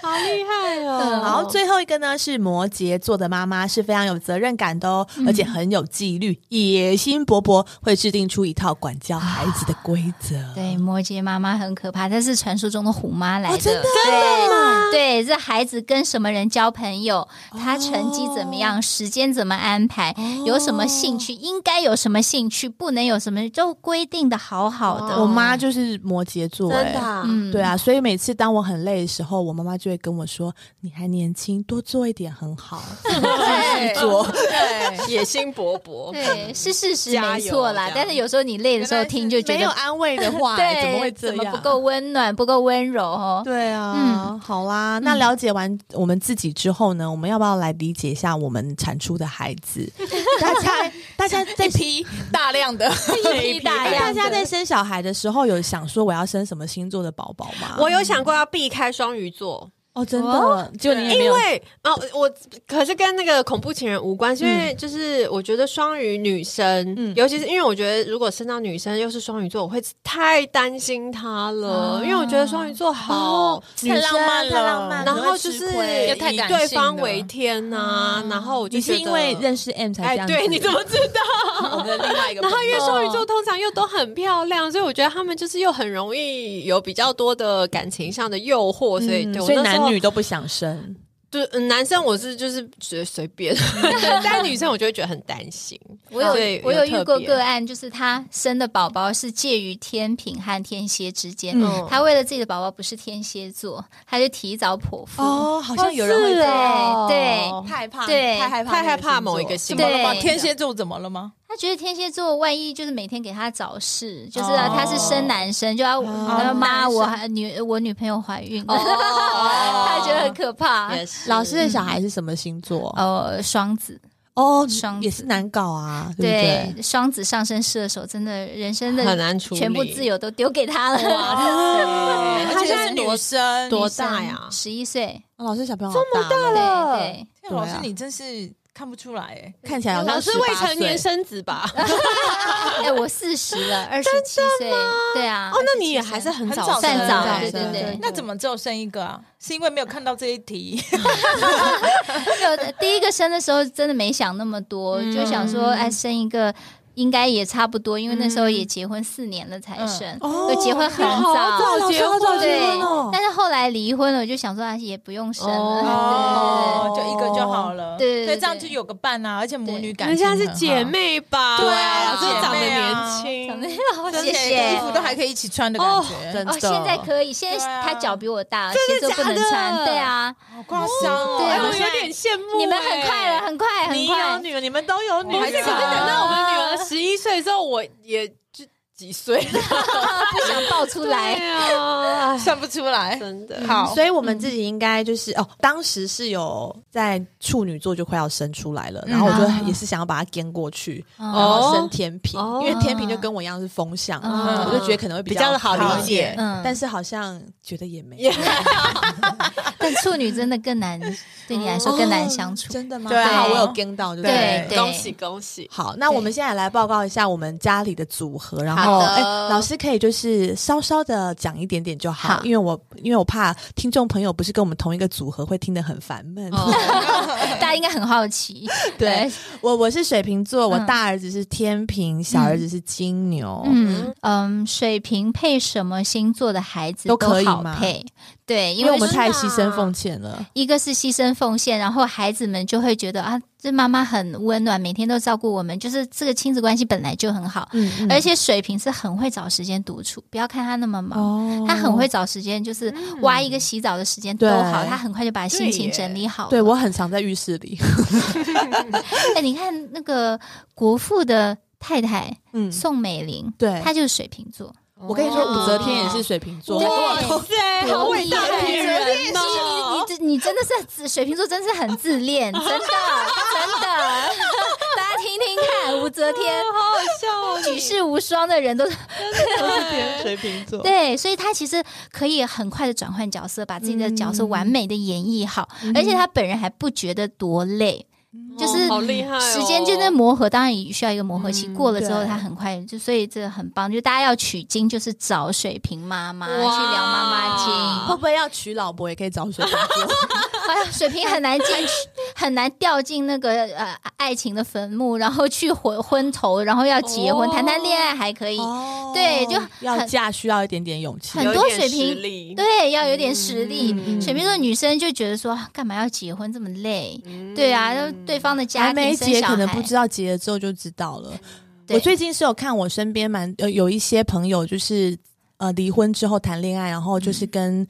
[SPEAKER 2] 好厉害哦
[SPEAKER 1] 好，最后一个呢是摩羯座的妈妈是非常有责任感的哦，
[SPEAKER 3] 嗯
[SPEAKER 1] 而且很有纪律，野心勃勃，会制定出一套管教孩子的规则。
[SPEAKER 3] 嗯对，摩羯妈妈很可怕，她是传说中的虎妈来的。
[SPEAKER 1] 真的
[SPEAKER 3] 对，对，这孩子跟什么人交朋友，他成绩怎么样，时间怎么安排，有什么兴趣，应该有什么兴趣，不能有什么，都规定的好好的。
[SPEAKER 1] 我妈就是摩羯座、哎
[SPEAKER 2] 真的啊，
[SPEAKER 3] 嗯
[SPEAKER 1] 对啊，所以每次当我很累的时候，我妈妈就会跟我说：“你还年轻，多做一点很好。
[SPEAKER 4] 对
[SPEAKER 1] 做
[SPEAKER 4] 对，
[SPEAKER 1] 嗯
[SPEAKER 2] 野心勃 勃。
[SPEAKER 3] 对，是事实
[SPEAKER 2] 加
[SPEAKER 3] 没
[SPEAKER 2] 油
[SPEAKER 3] 错
[SPEAKER 2] 这
[SPEAKER 3] 啦
[SPEAKER 2] 样。
[SPEAKER 3] 但是有时候你累的时候听就”觉
[SPEAKER 1] 没有
[SPEAKER 3] 得
[SPEAKER 1] 安慰的话、
[SPEAKER 3] 对，
[SPEAKER 1] 怎么会这
[SPEAKER 3] 怎么
[SPEAKER 1] 样？
[SPEAKER 3] 不够。温暖，不够温柔哦。
[SPEAKER 1] 对啊，好啦，那了解完我们自己之后呢，我们要不要来理解一下我们产出的孩子？大家，大家在
[SPEAKER 4] 一批大量的，
[SPEAKER 3] 一批大
[SPEAKER 1] 大
[SPEAKER 3] 量
[SPEAKER 1] 家在
[SPEAKER 3] 的，
[SPEAKER 1] 生小孩的时候，有想说我要生什么星座的宝宝吗？
[SPEAKER 2] 我有想过要避开双鱼座，
[SPEAKER 1] 哦，真的
[SPEAKER 3] 哦，
[SPEAKER 1] 就你也嗯没
[SPEAKER 2] 因
[SPEAKER 1] 有
[SPEAKER 2] 为哦，我可是跟那个恐怖情人无关，是因为就是我觉得双鱼女生，
[SPEAKER 1] 嗯
[SPEAKER 2] 尤其是因为我觉得如果生到女生又是双鱼座，我会太担心她了，因为我觉得双鱼座好
[SPEAKER 1] 哦，女生
[SPEAKER 4] 太浪漫了
[SPEAKER 1] 太浪漫，
[SPEAKER 2] 然
[SPEAKER 1] 可能
[SPEAKER 2] 后
[SPEAKER 1] 会
[SPEAKER 2] 就
[SPEAKER 1] 吃
[SPEAKER 2] 是
[SPEAKER 1] 亏
[SPEAKER 4] 又太
[SPEAKER 2] 以
[SPEAKER 4] 感
[SPEAKER 2] 对
[SPEAKER 4] 性
[SPEAKER 2] 方
[SPEAKER 4] 了
[SPEAKER 2] 为天呐、然后我就
[SPEAKER 1] 你是
[SPEAKER 2] 觉
[SPEAKER 1] 因
[SPEAKER 2] 得
[SPEAKER 1] 为认识 M 才这
[SPEAKER 2] 哎，
[SPEAKER 1] 样子的、
[SPEAKER 2] 对，你怎么知道？
[SPEAKER 4] 我的另外一个
[SPEAKER 2] 然后因为
[SPEAKER 4] 朋友
[SPEAKER 2] 双鱼座通常又都很漂亮，所以我觉得他们就是又很容易有比较多的感情上的诱惑，所以
[SPEAKER 1] 嗯
[SPEAKER 2] 对我
[SPEAKER 1] 所以
[SPEAKER 2] 那时候
[SPEAKER 1] 男女都不想生。
[SPEAKER 2] 对嗯男生我是就是觉得随便，对但女生我就会觉得很担心。
[SPEAKER 3] 我有
[SPEAKER 2] 对
[SPEAKER 3] 我有遇过
[SPEAKER 2] 特别
[SPEAKER 3] 个案，就是她生的宝宝是介于天平和天蝎之间，
[SPEAKER 1] 嗯
[SPEAKER 3] 她为了自己的宝宝不是天蝎座，她就提早剖 腹。
[SPEAKER 1] 哦，好像有人会
[SPEAKER 2] 是
[SPEAKER 1] 这样
[SPEAKER 2] 哦
[SPEAKER 3] 对
[SPEAKER 1] 害怕，
[SPEAKER 3] 对
[SPEAKER 1] 太害怕，
[SPEAKER 2] 太害怕某一个星
[SPEAKER 4] 怎
[SPEAKER 2] 座
[SPEAKER 4] 么了吗？
[SPEAKER 3] 对
[SPEAKER 4] 天蝎座怎么了吗？
[SPEAKER 3] 她觉得天蝎座万一就是每天给她找事，就是
[SPEAKER 1] 哦
[SPEAKER 3] 啊她是生男生，就要她说妈
[SPEAKER 4] 男生
[SPEAKER 3] 我还女我女朋友怀孕了， 她
[SPEAKER 2] 哦
[SPEAKER 3] 觉得很可怕。
[SPEAKER 2] 也是
[SPEAKER 1] 老师的小孩是什么星座？
[SPEAKER 3] 呃，双子
[SPEAKER 1] 哦，
[SPEAKER 3] 双子
[SPEAKER 1] 也是难搞啊，对不
[SPEAKER 3] 对
[SPEAKER 1] 对？
[SPEAKER 3] 双子上升射手，真的人生的
[SPEAKER 2] 很难处理，
[SPEAKER 3] 全部自由都丢给她了。
[SPEAKER 4] 哇
[SPEAKER 2] 他
[SPEAKER 4] 而且
[SPEAKER 2] 现在
[SPEAKER 4] 是女生，
[SPEAKER 2] 多大呀？
[SPEAKER 3] 十一岁，
[SPEAKER 1] 哦老师小朋友这么大
[SPEAKER 3] 对
[SPEAKER 1] 了，
[SPEAKER 3] 对。
[SPEAKER 4] 天啊老师
[SPEAKER 1] 对啊
[SPEAKER 4] 你真是看不出来哎，
[SPEAKER 1] 看起来好像
[SPEAKER 2] 老师
[SPEAKER 1] 18
[SPEAKER 2] 未成年
[SPEAKER 1] 岁
[SPEAKER 2] 生子吧？
[SPEAKER 3] 哎、我四十了，二十七岁，对啊。
[SPEAKER 2] 哦，那你也
[SPEAKER 3] 27岁
[SPEAKER 2] 还是很
[SPEAKER 4] 很
[SPEAKER 2] 早生
[SPEAKER 4] 早
[SPEAKER 3] 算早
[SPEAKER 2] 的
[SPEAKER 3] 对对对
[SPEAKER 4] 那怎么只有生一个啊？是因为没有看到这一题，
[SPEAKER 3] 有的第一个生的时候真的没想那么多，就想说，哎，生一个应该也差不多，因为那时候也结婚四年了才生，
[SPEAKER 1] 哦
[SPEAKER 3] 就结婚很
[SPEAKER 2] 好
[SPEAKER 3] 早。
[SPEAKER 1] 老师好早结
[SPEAKER 3] 对
[SPEAKER 1] 婚哦，，
[SPEAKER 3] 但是后来离婚了，我就想说啊，也不用生了。
[SPEAKER 4] 哦，就一个就好了，
[SPEAKER 3] 对对对
[SPEAKER 4] 所以这样就有个伴啊，而且母
[SPEAKER 3] 对
[SPEAKER 2] 你
[SPEAKER 4] 女感
[SPEAKER 2] 们
[SPEAKER 4] 情
[SPEAKER 2] 现在
[SPEAKER 4] 很好，
[SPEAKER 2] 是姐妹吧？
[SPEAKER 4] 对啊
[SPEAKER 2] 就是长得
[SPEAKER 4] 姐妹啊
[SPEAKER 3] 对
[SPEAKER 2] 年 轻，哎
[SPEAKER 3] 对对， 好，
[SPEAKER 4] 真
[SPEAKER 3] 谢
[SPEAKER 4] 的
[SPEAKER 3] 谢
[SPEAKER 4] 衣。服都还可以一起穿的感
[SPEAKER 2] 哦
[SPEAKER 4] 觉，
[SPEAKER 1] 真的
[SPEAKER 3] 哦，现在可以，现在
[SPEAKER 4] 对啊
[SPEAKER 3] 他脚比我大，鞋
[SPEAKER 2] 真的
[SPEAKER 3] 子不能
[SPEAKER 2] 假的
[SPEAKER 3] 穿，对啊，
[SPEAKER 4] 好夸张哦！
[SPEAKER 3] 对啊
[SPEAKER 2] 哎，
[SPEAKER 4] 哎
[SPEAKER 2] 我
[SPEAKER 4] 我
[SPEAKER 2] 有
[SPEAKER 4] 现在
[SPEAKER 2] 点羡慕欸。
[SPEAKER 3] 你们很快了，很快，
[SPEAKER 1] 啊你
[SPEAKER 3] 很
[SPEAKER 1] 有
[SPEAKER 3] 快，
[SPEAKER 1] 女儿，你们都有女
[SPEAKER 2] 不
[SPEAKER 1] 儿，
[SPEAKER 2] 是，可是等到我们女儿十一岁之后，我也就
[SPEAKER 4] 几岁了，
[SPEAKER 3] 不想爆出 来。
[SPEAKER 2] 对啊，哎
[SPEAKER 4] 算不出来。
[SPEAKER 2] 真的
[SPEAKER 4] 好，
[SPEAKER 1] 嗯所以我们自己应该就是、哦，当时是有在处女座就快要生出来了，然后我
[SPEAKER 3] 啊
[SPEAKER 1] 就也是想要把它颠过去，
[SPEAKER 3] 哦
[SPEAKER 1] 然后生天平，
[SPEAKER 2] 哦
[SPEAKER 1] 因为天平就跟我一样是风向，
[SPEAKER 3] 嗯
[SPEAKER 1] 我就觉得可能会
[SPEAKER 4] 比
[SPEAKER 1] 较
[SPEAKER 4] 较好理解
[SPEAKER 3] 嗯
[SPEAKER 1] 但是好像觉得也没有
[SPEAKER 2] 也
[SPEAKER 3] 但处女真的更 难，对你来说更难相处。
[SPEAKER 1] 真的吗？
[SPEAKER 4] 对
[SPEAKER 1] 还啊好我有颠到，对不
[SPEAKER 3] 对对
[SPEAKER 2] 恭喜恭喜！
[SPEAKER 1] 好，那我们现在来报告一下我们家里的组合，然后
[SPEAKER 4] 好的
[SPEAKER 1] 哎，老师可以就是稍稍的讲一点点就好，
[SPEAKER 3] 好
[SPEAKER 1] 因为我因为我怕听众朋友不是跟我们同一个组合，会听得很烦闷。
[SPEAKER 3] 哦大家应该很好奇。
[SPEAKER 1] 对，我我是水瓶座，我
[SPEAKER 3] 嗯
[SPEAKER 1] 大儿子是天平，小儿子是金牛。
[SPEAKER 3] 嗯嗯，水瓶配什么星座的孩子
[SPEAKER 1] 都可以
[SPEAKER 3] 好
[SPEAKER 1] 吗
[SPEAKER 3] 配，对，因
[SPEAKER 1] 因为
[SPEAKER 3] 为
[SPEAKER 1] 我们
[SPEAKER 3] 是
[SPEAKER 1] 太牺牲奉献了，
[SPEAKER 3] 一个是牺牲奉献，然后孩子们就会觉得啊，这妈妈很温暖，每天都照顾我们，就是这个亲子关系本来就很好。
[SPEAKER 1] 嗯，嗯
[SPEAKER 3] 而且水瓶是很会找时间独处，不要看他那么忙，
[SPEAKER 1] 哦
[SPEAKER 3] 哎
[SPEAKER 1] 嗯
[SPEAKER 3] 他很会找时间，就是挖一个洗澡的时间都好，
[SPEAKER 1] 对
[SPEAKER 3] 他很快就把心
[SPEAKER 2] 对
[SPEAKER 3] 情
[SPEAKER 2] 耶
[SPEAKER 3] 整理好了。
[SPEAKER 1] 对我很常在浴室里，
[SPEAKER 3] 哎，你看那个国父的太太
[SPEAKER 1] 嗯，
[SPEAKER 3] 宋美龄，
[SPEAKER 1] 对
[SPEAKER 3] 她就是水瓶座，
[SPEAKER 2] 哦
[SPEAKER 1] 我跟你说，武则天也是水瓶座，
[SPEAKER 3] 对
[SPEAKER 2] 塞
[SPEAKER 3] 好伟大的女人
[SPEAKER 2] 人哦！
[SPEAKER 3] 你你真的是自水瓶座，真是很自恋，真的真的， 大家听听看，武则天
[SPEAKER 2] 好好笑哦！
[SPEAKER 3] 举世无双的人都
[SPEAKER 1] 水瓶座，
[SPEAKER 3] 对，所以他其实可以很快的转换角色，把自己的角色
[SPEAKER 2] 嗯
[SPEAKER 3] 完美的演绎好，而且他本人还不觉得多累，就是
[SPEAKER 2] 好厉害嗯哦，
[SPEAKER 3] 时间就在磨合，当然也需要一个磨合期，
[SPEAKER 2] 嗯
[SPEAKER 3] 过了之后
[SPEAKER 1] 对
[SPEAKER 3] 他很快就，所以这个很棒，就大家要取经就是找水瓶妈妈去
[SPEAKER 2] 哇
[SPEAKER 3] 聊妈妈
[SPEAKER 1] 会
[SPEAKER 3] 经，
[SPEAKER 1] 不会要娶老婆也可以找水瓶座？
[SPEAKER 3] 哎呀，水瓶很难进，很难掉进那个呃爱情的坟墓，然后去婚昏头，然后要结婚，
[SPEAKER 2] 哦
[SPEAKER 3] 谈谈恋爱还可以，
[SPEAKER 1] 哦
[SPEAKER 3] 对就
[SPEAKER 1] 要
[SPEAKER 3] 很
[SPEAKER 1] 嫁需要一点点勇气
[SPEAKER 3] 很。
[SPEAKER 2] 有
[SPEAKER 3] 多
[SPEAKER 2] 一点
[SPEAKER 3] 水
[SPEAKER 2] 实
[SPEAKER 3] 平
[SPEAKER 2] 力，
[SPEAKER 3] 对，要有点实力。
[SPEAKER 1] 嗯
[SPEAKER 3] 水瓶座女生就觉得说，啊干嘛要结婚这么累？对啊，然后对方的家
[SPEAKER 1] 嗯还嗯
[SPEAKER 3] 庭
[SPEAKER 1] 没
[SPEAKER 3] 生
[SPEAKER 1] 结，
[SPEAKER 3] 小孩
[SPEAKER 1] 可能不知道结了之后就知道了。
[SPEAKER 3] 对
[SPEAKER 1] 我最近是有看我身边蛮呃有一些朋友，就是呃离婚之后谈恋爱，然后就是跟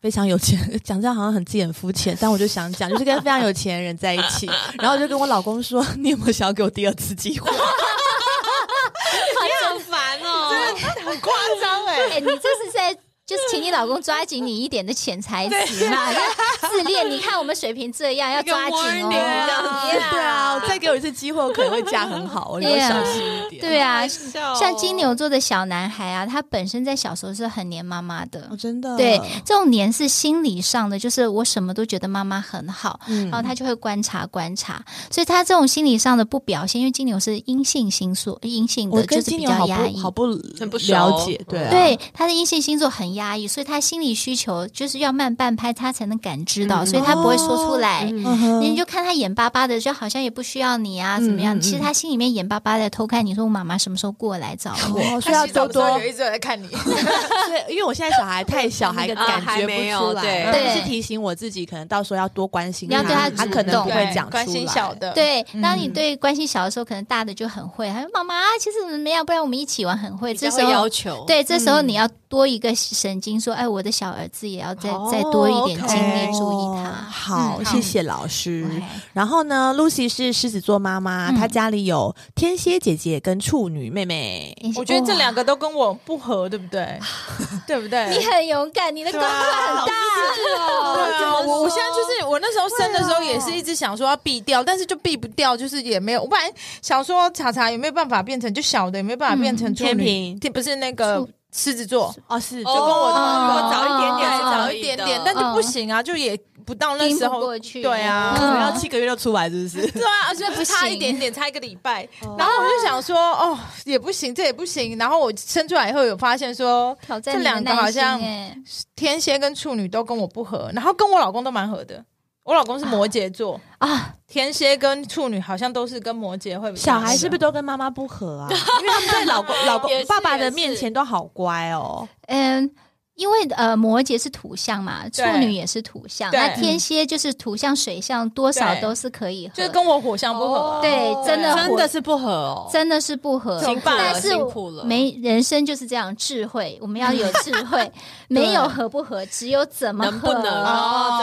[SPEAKER 1] 非常有钱， 讲这样好像很自己很肤浅，但我就想讲，就是跟非常有钱的人在一 起，然后我就跟我老公说，你有没有想要给我第二次机会？
[SPEAKER 2] 你很烦哦。
[SPEAKER 4] 很夸张 哎
[SPEAKER 3] 哎、你这是在。就是请你老公抓紧你一点的潜台 词嘛，
[SPEAKER 1] 啊
[SPEAKER 3] 要自恋。你看我们水瓶这样，要
[SPEAKER 2] 一个
[SPEAKER 3] 抓紧
[SPEAKER 2] warning
[SPEAKER 3] 哦。
[SPEAKER 2] 这样
[SPEAKER 1] 对啊，再给我一次机会，我可能会嫁很好，我就会
[SPEAKER 3] Yeah
[SPEAKER 1] 小心一点。
[SPEAKER 3] 对啊，像
[SPEAKER 2] 像
[SPEAKER 3] 金，牛座的小男孩啊，他本身在小时候是很黏妈妈的
[SPEAKER 1] 哦，，真的
[SPEAKER 3] 对，这种黏是心理上的，就是我什么都觉得妈妈很好，
[SPEAKER 1] 嗯
[SPEAKER 3] 然后他就会观察观察，所以他这种心理上的不表现，因为金牛是阴性星座，阴性
[SPEAKER 1] 我
[SPEAKER 3] 的就
[SPEAKER 1] 跟
[SPEAKER 3] 是
[SPEAKER 1] 金
[SPEAKER 3] 比
[SPEAKER 1] 牛
[SPEAKER 3] 较
[SPEAKER 1] 好
[SPEAKER 3] 压
[SPEAKER 1] 不
[SPEAKER 3] 抑
[SPEAKER 1] 好。不
[SPEAKER 2] 很不熟
[SPEAKER 1] 了解，对啊
[SPEAKER 3] 对，他的阴性星座很压抑，所以他心理需求就是要慢半拍，他才能感知到，
[SPEAKER 2] 嗯
[SPEAKER 3] 所以他不会说出来。
[SPEAKER 1] 嗯哼
[SPEAKER 3] 你就看他眼巴巴的，就好像也不需要你啊，怎
[SPEAKER 1] 嗯
[SPEAKER 3] 么样？
[SPEAKER 1] 嗯
[SPEAKER 3] 其实他心里面眼巴巴的偷看你说，我妈妈什么时候过来找我？
[SPEAKER 1] 哦，需
[SPEAKER 4] 他
[SPEAKER 1] 要
[SPEAKER 4] 洗澡
[SPEAKER 1] 多
[SPEAKER 4] 的时候
[SPEAKER 1] 多
[SPEAKER 4] 有，一直有在 看你，
[SPEAKER 1] 对 因为我现在小孩太小，还
[SPEAKER 2] 啊
[SPEAKER 1] 感
[SPEAKER 2] 还
[SPEAKER 1] 觉
[SPEAKER 2] 没
[SPEAKER 1] 不出
[SPEAKER 2] 有对
[SPEAKER 1] 来，我
[SPEAKER 3] 对
[SPEAKER 1] 是提醒我自己，可能到时候要多关心
[SPEAKER 3] 你要对他
[SPEAKER 1] 他
[SPEAKER 3] 主
[SPEAKER 1] 可能
[SPEAKER 3] 动
[SPEAKER 1] 不会
[SPEAKER 4] 对
[SPEAKER 1] 讲出来，
[SPEAKER 4] 关心小的，，
[SPEAKER 3] 对，当
[SPEAKER 4] 嗯
[SPEAKER 3] 你对关心小的时候，可能大的就很会，还有妈妈啊其实怎么样，不然我们一起玩很会。这
[SPEAKER 2] 这
[SPEAKER 3] 时
[SPEAKER 2] 时候要
[SPEAKER 3] 候，
[SPEAKER 2] 求，
[SPEAKER 3] 对，这时候
[SPEAKER 4] 嗯
[SPEAKER 3] 你要多一个神经，说，哎，我的小儿子也要再、
[SPEAKER 2] 哦
[SPEAKER 3] 再多一点
[SPEAKER 2] OK
[SPEAKER 3] 精力注意他。
[SPEAKER 1] 哦
[SPEAKER 3] 哎
[SPEAKER 1] 好，
[SPEAKER 3] 嗯
[SPEAKER 1] 谢谢老师。
[SPEAKER 3] 对
[SPEAKER 1] 然后呢，Lucy 是狮子座妈妈，
[SPEAKER 3] 嗯
[SPEAKER 1] 她家里有天蝎姐姐跟处女妹妹。
[SPEAKER 3] 你
[SPEAKER 4] 我觉得这两
[SPEAKER 3] 哇
[SPEAKER 4] 个都跟我不合，对 不对？对不对？
[SPEAKER 3] 你很勇敢，你的功
[SPEAKER 4] 对
[SPEAKER 3] 课很
[SPEAKER 4] 啊
[SPEAKER 3] 大。
[SPEAKER 4] 对啊，
[SPEAKER 2] 怎么
[SPEAKER 4] 我我
[SPEAKER 2] 说
[SPEAKER 4] 现在就是我那时候生的时候也是一直想说要避掉，但是就避不掉，就是也没有。我本来想说查查有没有办法变成就小的，有没有办法变成处
[SPEAKER 1] 天
[SPEAKER 4] 女
[SPEAKER 1] 平，
[SPEAKER 4] 天不是那个
[SPEAKER 3] 处
[SPEAKER 4] 狮子座，
[SPEAKER 1] 哦，是，
[SPEAKER 2] 哦
[SPEAKER 1] 就跟我
[SPEAKER 2] 哦
[SPEAKER 3] 早一点点
[SPEAKER 4] 对
[SPEAKER 3] 是
[SPEAKER 4] 早
[SPEAKER 2] 早
[SPEAKER 4] 一
[SPEAKER 2] 一
[SPEAKER 4] 点
[SPEAKER 2] 点
[SPEAKER 4] 点
[SPEAKER 2] 的，
[SPEAKER 4] 但就不行啊，就也不到那时
[SPEAKER 3] 盯不
[SPEAKER 4] 候
[SPEAKER 3] 过去
[SPEAKER 4] 对啊，
[SPEAKER 1] 可能
[SPEAKER 3] 嗯
[SPEAKER 1] 要七个月就出来，是不是？
[SPEAKER 4] 对啊，而且
[SPEAKER 3] 不
[SPEAKER 4] 差一
[SPEAKER 3] 行
[SPEAKER 4] 点点，差一个礼拜。然后我就想说，哦，也不行，这也不行。然后我生出来以后有发现说，
[SPEAKER 3] 挑战
[SPEAKER 4] 这
[SPEAKER 3] 你的
[SPEAKER 4] 两个好
[SPEAKER 3] 耐心
[SPEAKER 4] 像
[SPEAKER 3] 哎，
[SPEAKER 4] 天蝎跟处女都跟我不合，然后跟我老公都蛮合的。我老公是摩羯座，
[SPEAKER 3] 啊，
[SPEAKER 4] 天蝎跟处女好像都是跟摩羯会比较
[SPEAKER 1] 小孩是不是
[SPEAKER 4] 是？
[SPEAKER 1] 都跟妈妈不合啊？因为他们在老公、老公
[SPEAKER 2] 也、是
[SPEAKER 1] 爸爸
[SPEAKER 2] 也
[SPEAKER 1] 的
[SPEAKER 2] 是
[SPEAKER 1] 面前都好乖哦。
[SPEAKER 3] 嗯。因为呃，摩羯是土象嘛，处
[SPEAKER 4] 对
[SPEAKER 3] 女也是土象，
[SPEAKER 4] 对
[SPEAKER 3] 那天蝎就是土象、水象，多少
[SPEAKER 4] 对
[SPEAKER 3] 都是可以合。
[SPEAKER 4] 就是跟我火象不合啊、
[SPEAKER 3] 对真的
[SPEAKER 2] 真的是不合哦，
[SPEAKER 3] 真的是不合，
[SPEAKER 2] 辛苦了
[SPEAKER 3] 但是
[SPEAKER 2] 辛苦了
[SPEAKER 3] 没人生就是这样，智慧我们要有智 慧，没有合不合，只有怎么
[SPEAKER 2] 能
[SPEAKER 3] 合
[SPEAKER 2] 不能
[SPEAKER 4] 哦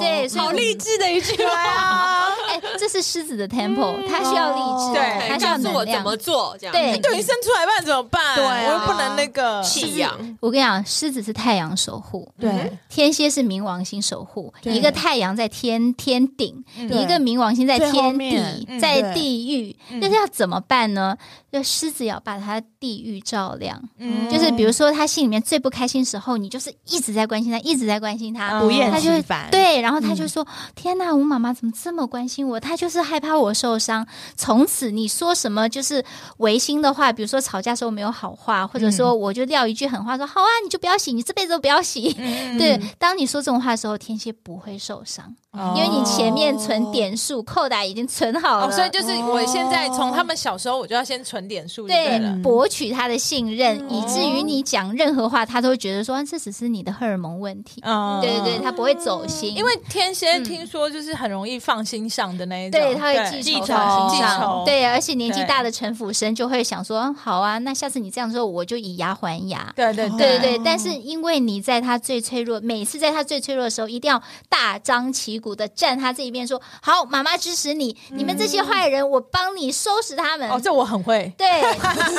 [SPEAKER 3] 对对，所以我
[SPEAKER 2] 好励志的一句话，
[SPEAKER 3] 哎，这这是狮子
[SPEAKER 2] 嗯
[SPEAKER 3] 的 tempo，它需要励志，
[SPEAKER 4] 对
[SPEAKER 3] 它需
[SPEAKER 2] 告
[SPEAKER 3] 要
[SPEAKER 2] 诉
[SPEAKER 3] 能
[SPEAKER 2] 我怎
[SPEAKER 3] 量
[SPEAKER 2] 么。做，这样
[SPEAKER 3] 对
[SPEAKER 4] 对你生出来不然怎么办？
[SPEAKER 1] 对啊
[SPEAKER 4] 我又不能那个。
[SPEAKER 2] 气养，
[SPEAKER 3] 我跟你讲，狮子是太阳守护，
[SPEAKER 2] 嗯
[SPEAKER 1] 对，
[SPEAKER 3] 天蝎是冥王星守护，
[SPEAKER 1] 对
[SPEAKER 3] 一个太阳在天天顶，
[SPEAKER 2] 嗯
[SPEAKER 3] 一个冥王星在
[SPEAKER 1] 最后
[SPEAKER 3] 天
[SPEAKER 1] 面
[SPEAKER 3] 地，
[SPEAKER 1] 嗯
[SPEAKER 3] 在
[SPEAKER 1] 对
[SPEAKER 3] 地狱，
[SPEAKER 2] 嗯
[SPEAKER 3] 那是要怎么办呢？那狮子要把它地狱照亮，
[SPEAKER 4] 嗯
[SPEAKER 3] 就是比如说他心里面最不开心时候，你就是一直在关心他，一直在关心他，
[SPEAKER 1] 不厌
[SPEAKER 3] 他就
[SPEAKER 1] 其
[SPEAKER 3] 会
[SPEAKER 1] 烦，
[SPEAKER 3] 对，然后他就说：“天哪，我妈妈怎么这么关心我？她就是害怕我受伤。从此你说什么就是违心的话，比如说吵架时候没有好话，或者说我就撂一句狠话说：‘好啊，你就不要洗，你这辈子都不要洗。
[SPEAKER 4] 嗯
[SPEAKER 3] 对，当你说这种话的时候，天蝎不会受伤，因为你前面存点数，扣打已经存好了，
[SPEAKER 4] 哦，所以就是我现在从他们小时候我就要先存点数就对
[SPEAKER 3] 对
[SPEAKER 4] 了。
[SPEAKER 3] 博取他的信任，
[SPEAKER 4] 嗯
[SPEAKER 3] 以至于你讲任何话，他都会觉得说啊这只是你的荷尔蒙问题。
[SPEAKER 4] 嗯
[SPEAKER 3] 对对对，他不会走心，
[SPEAKER 4] 因为天蝎听说就是很容易放心上的那一种，
[SPEAKER 3] 对，他会记
[SPEAKER 4] 记
[SPEAKER 3] 仇
[SPEAKER 4] 仇，
[SPEAKER 3] 记
[SPEAKER 4] 仇，
[SPEAKER 3] 对，而且年纪
[SPEAKER 4] 对
[SPEAKER 3] 大的城府深就会想说，好啊，那下次你这样说，我就以牙还牙。
[SPEAKER 4] 对对
[SPEAKER 3] 对对对，但是因为你在他最脆弱，每次在他最脆弱的时候，一定要大张旗鼓的站他这一边，说好，妈妈支持你，你们这些坏人，我帮你收拾他们。
[SPEAKER 4] 嗯哦，这我很会。
[SPEAKER 3] 对，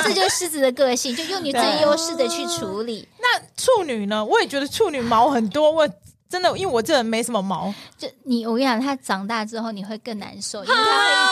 [SPEAKER 3] 这就是狮子的个性，就用你最优势的去
[SPEAKER 4] 啊
[SPEAKER 3] 处理。
[SPEAKER 4] 那处女呢？我也觉得处女毛很多，我真的因为我这人没什么毛，
[SPEAKER 3] 就你，我跟你讲，他长大之后你会更难受，因为
[SPEAKER 4] 啊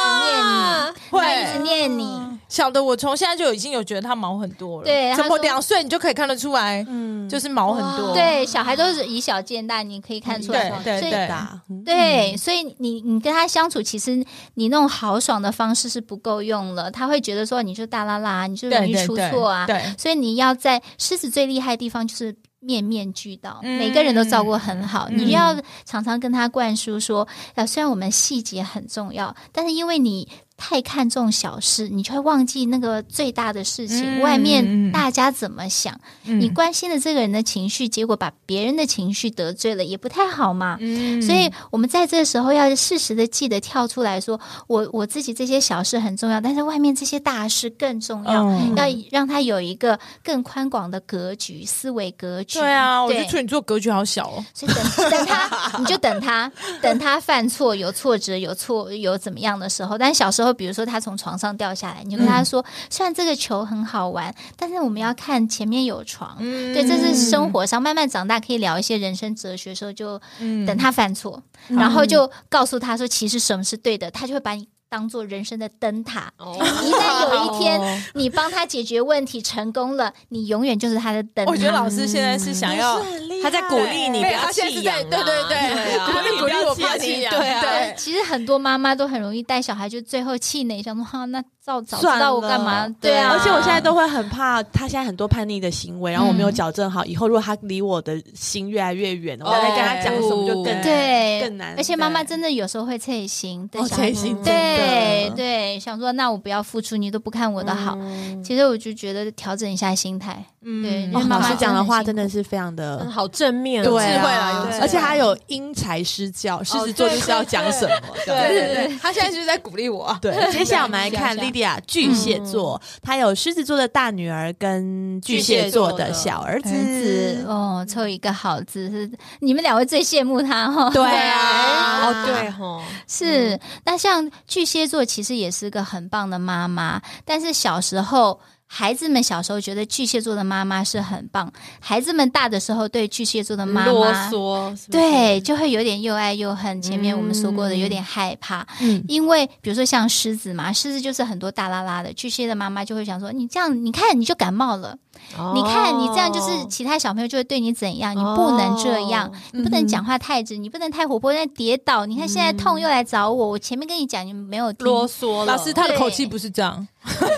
[SPEAKER 3] 他会一直念你，他一直
[SPEAKER 4] 会
[SPEAKER 3] 念你。
[SPEAKER 4] 小的我从现在就已经有觉得他毛很多了。
[SPEAKER 3] 对
[SPEAKER 4] 怎
[SPEAKER 3] 他
[SPEAKER 4] 么
[SPEAKER 3] 说
[SPEAKER 4] 两岁你就可以看得出来，
[SPEAKER 1] 嗯，
[SPEAKER 4] 就是毛很多。
[SPEAKER 3] 对，小孩都是以小见大，你可以看出来。
[SPEAKER 4] 嗯
[SPEAKER 3] 哦
[SPEAKER 4] 对对
[SPEAKER 3] 所以
[SPEAKER 4] 对
[SPEAKER 1] 打，嗯
[SPEAKER 3] 对，所以你你跟他相处，其实你那种豪爽的方式是不够用了，他会觉得说你就大啦啦，你就容
[SPEAKER 4] 对
[SPEAKER 3] 易
[SPEAKER 4] 对
[SPEAKER 3] 出
[SPEAKER 4] 对
[SPEAKER 3] 错啊。
[SPEAKER 4] 对，
[SPEAKER 3] 所以你要在狮子最厉害的地方就是面面俱到，
[SPEAKER 4] 嗯
[SPEAKER 3] 每个人都照顾很好。
[SPEAKER 4] 嗯
[SPEAKER 3] 你要常常跟他灌输说，呃，虽然我们细节很重要，但是因为你。太看重小事，你就会忘记那个最大的事情。
[SPEAKER 4] 嗯
[SPEAKER 3] 外
[SPEAKER 4] 嗯
[SPEAKER 3] 面
[SPEAKER 4] 嗯
[SPEAKER 3] 大家怎么想，你关心的这个人的情绪，结果把别人的情绪得罪了，也不太好嘛。
[SPEAKER 4] 嗯
[SPEAKER 3] 所以我们在这时候要适时的记得跳出来说，我我自己这些小事很重要，但是外面这些大事更重要，
[SPEAKER 4] 嗯
[SPEAKER 3] 要让他有一个更宽广的格局、思维格局。
[SPEAKER 4] 对啊，我觉得处
[SPEAKER 3] 对
[SPEAKER 4] 女座格局好小哦。
[SPEAKER 3] 所以等等 他，你就等他，等他犯错、有挫折、有错、有怎么样的时候。但小时候，比如说他从床上掉下来，你就跟他说：“虽然这个球很好玩，但是我们要看前面有床。
[SPEAKER 4] 嗯
[SPEAKER 3] 对，这是生活上慢慢长大可以聊一些人生哲学的时候，就
[SPEAKER 4] 嗯
[SPEAKER 3] 等他犯错，然后就告诉他说，其实什么是对的，他就会把你当做人生的灯塔。
[SPEAKER 2] 哦
[SPEAKER 3] 一旦有一天你帮他解决问题成功了，你永远就是他的灯塔。
[SPEAKER 4] 我觉得老师现在是想要
[SPEAKER 1] 嗯
[SPEAKER 2] 他在鼓励你不
[SPEAKER 4] 哎对
[SPEAKER 2] 要
[SPEAKER 4] 他现在是
[SPEAKER 2] 弃养
[SPEAKER 4] 在
[SPEAKER 2] 啊，
[SPEAKER 4] 对对对
[SPEAKER 2] 对啊，
[SPEAKER 4] 鼓励鼓励我不要弃养
[SPEAKER 2] 对啊，
[SPEAKER 4] 对
[SPEAKER 3] 其实很多妈妈都很容易带小孩，就最后气馁，想说哈、那早早知
[SPEAKER 1] 算
[SPEAKER 3] 道我
[SPEAKER 1] 了
[SPEAKER 3] 干嘛？
[SPEAKER 4] 对
[SPEAKER 3] 对啊，
[SPEAKER 1] 而且我现在都会很怕他现在很多叛逆的行为，然后我没有矫正好，以后如果他离我的心越来越远，我再跟他讲什么就更
[SPEAKER 3] 对
[SPEAKER 1] 更难。
[SPEAKER 3] 而且妈妈真的有时候会脆心，对
[SPEAKER 1] 哦
[SPEAKER 3] 小孩
[SPEAKER 1] 脆心
[SPEAKER 3] 对
[SPEAKER 1] 真的嗯
[SPEAKER 3] 对，想说那我不要付出，你都不看我的好。其实我就觉得调整一下心态，对
[SPEAKER 4] 嗯
[SPEAKER 3] 因
[SPEAKER 1] 哦
[SPEAKER 3] 为妈
[SPEAKER 1] 老
[SPEAKER 3] 妈
[SPEAKER 1] 师讲的话真
[SPEAKER 3] 真的
[SPEAKER 1] 的是非常的
[SPEAKER 2] 嗯，好正面哦，
[SPEAKER 1] 对啊
[SPEAKER 4] 智慧啦有
[SPEAKER 2] 对
[SPEAKER 4] 智慧
[SPEAKER 1] 而且还有因材施教，狮子座就是要讲什么。这样啊
[SPEAKER 4] 对对对，他现在就是在鼓励我。
[SPEAKER 1] 对，接下来我们来看
[SPEAKER 3] 对
[SPEAKER 1] 莉莉亚巨蟹座，她有狮子座的大女儿跟巨蟹座的小儿子。
[SPEAKER 3] 是哦，凑一个好字是你们两位最羡慕他哦。
[SPEAKER 1] 对
[SPEAKER 2] 啊，
[SPEAKER 1] 啊，
[SPEAKER 2] 哦对吼，嗯
[SPEAKER 3] 是，那像巨蟹座其实也是个很棒的妈妈，但是小时候。孩子们小时候觉得巨蟹座的妈妈是很棒，孩子们大的时候对巨蟹座的妈妈
[SPEAKER 2] 啰嗦，嗯是不是，
[SPEAKER 3] 对，就会有点又爱又恨。前面我们说过的，有点害怕，
[SPEAKER 1] 嗯
[SPEAKER 3] 因为比如说像狮子嘛，狮子就是很多大拉拉的，巨蟹的妈妈就会想说，你这样，你看你就感冒了，
[SPEAKER 2] 哦
[SPEAKER 3] 你看你这样就是其他小朋友就会对你怎样，你不能这样，
[SPEAKER 2] 哦
[SPEAKER 3] 你不能讲话太直，你不能太活泼，那跌倒，你看现在
[SPEAKER 2] 嗯
[SPEAKER 3] 痛又来找我，我前面跟你讲你没有听，
[SPEAKER 2] 啰嗦了，
[SPEAKER 4] 老师，他的口气不是这样，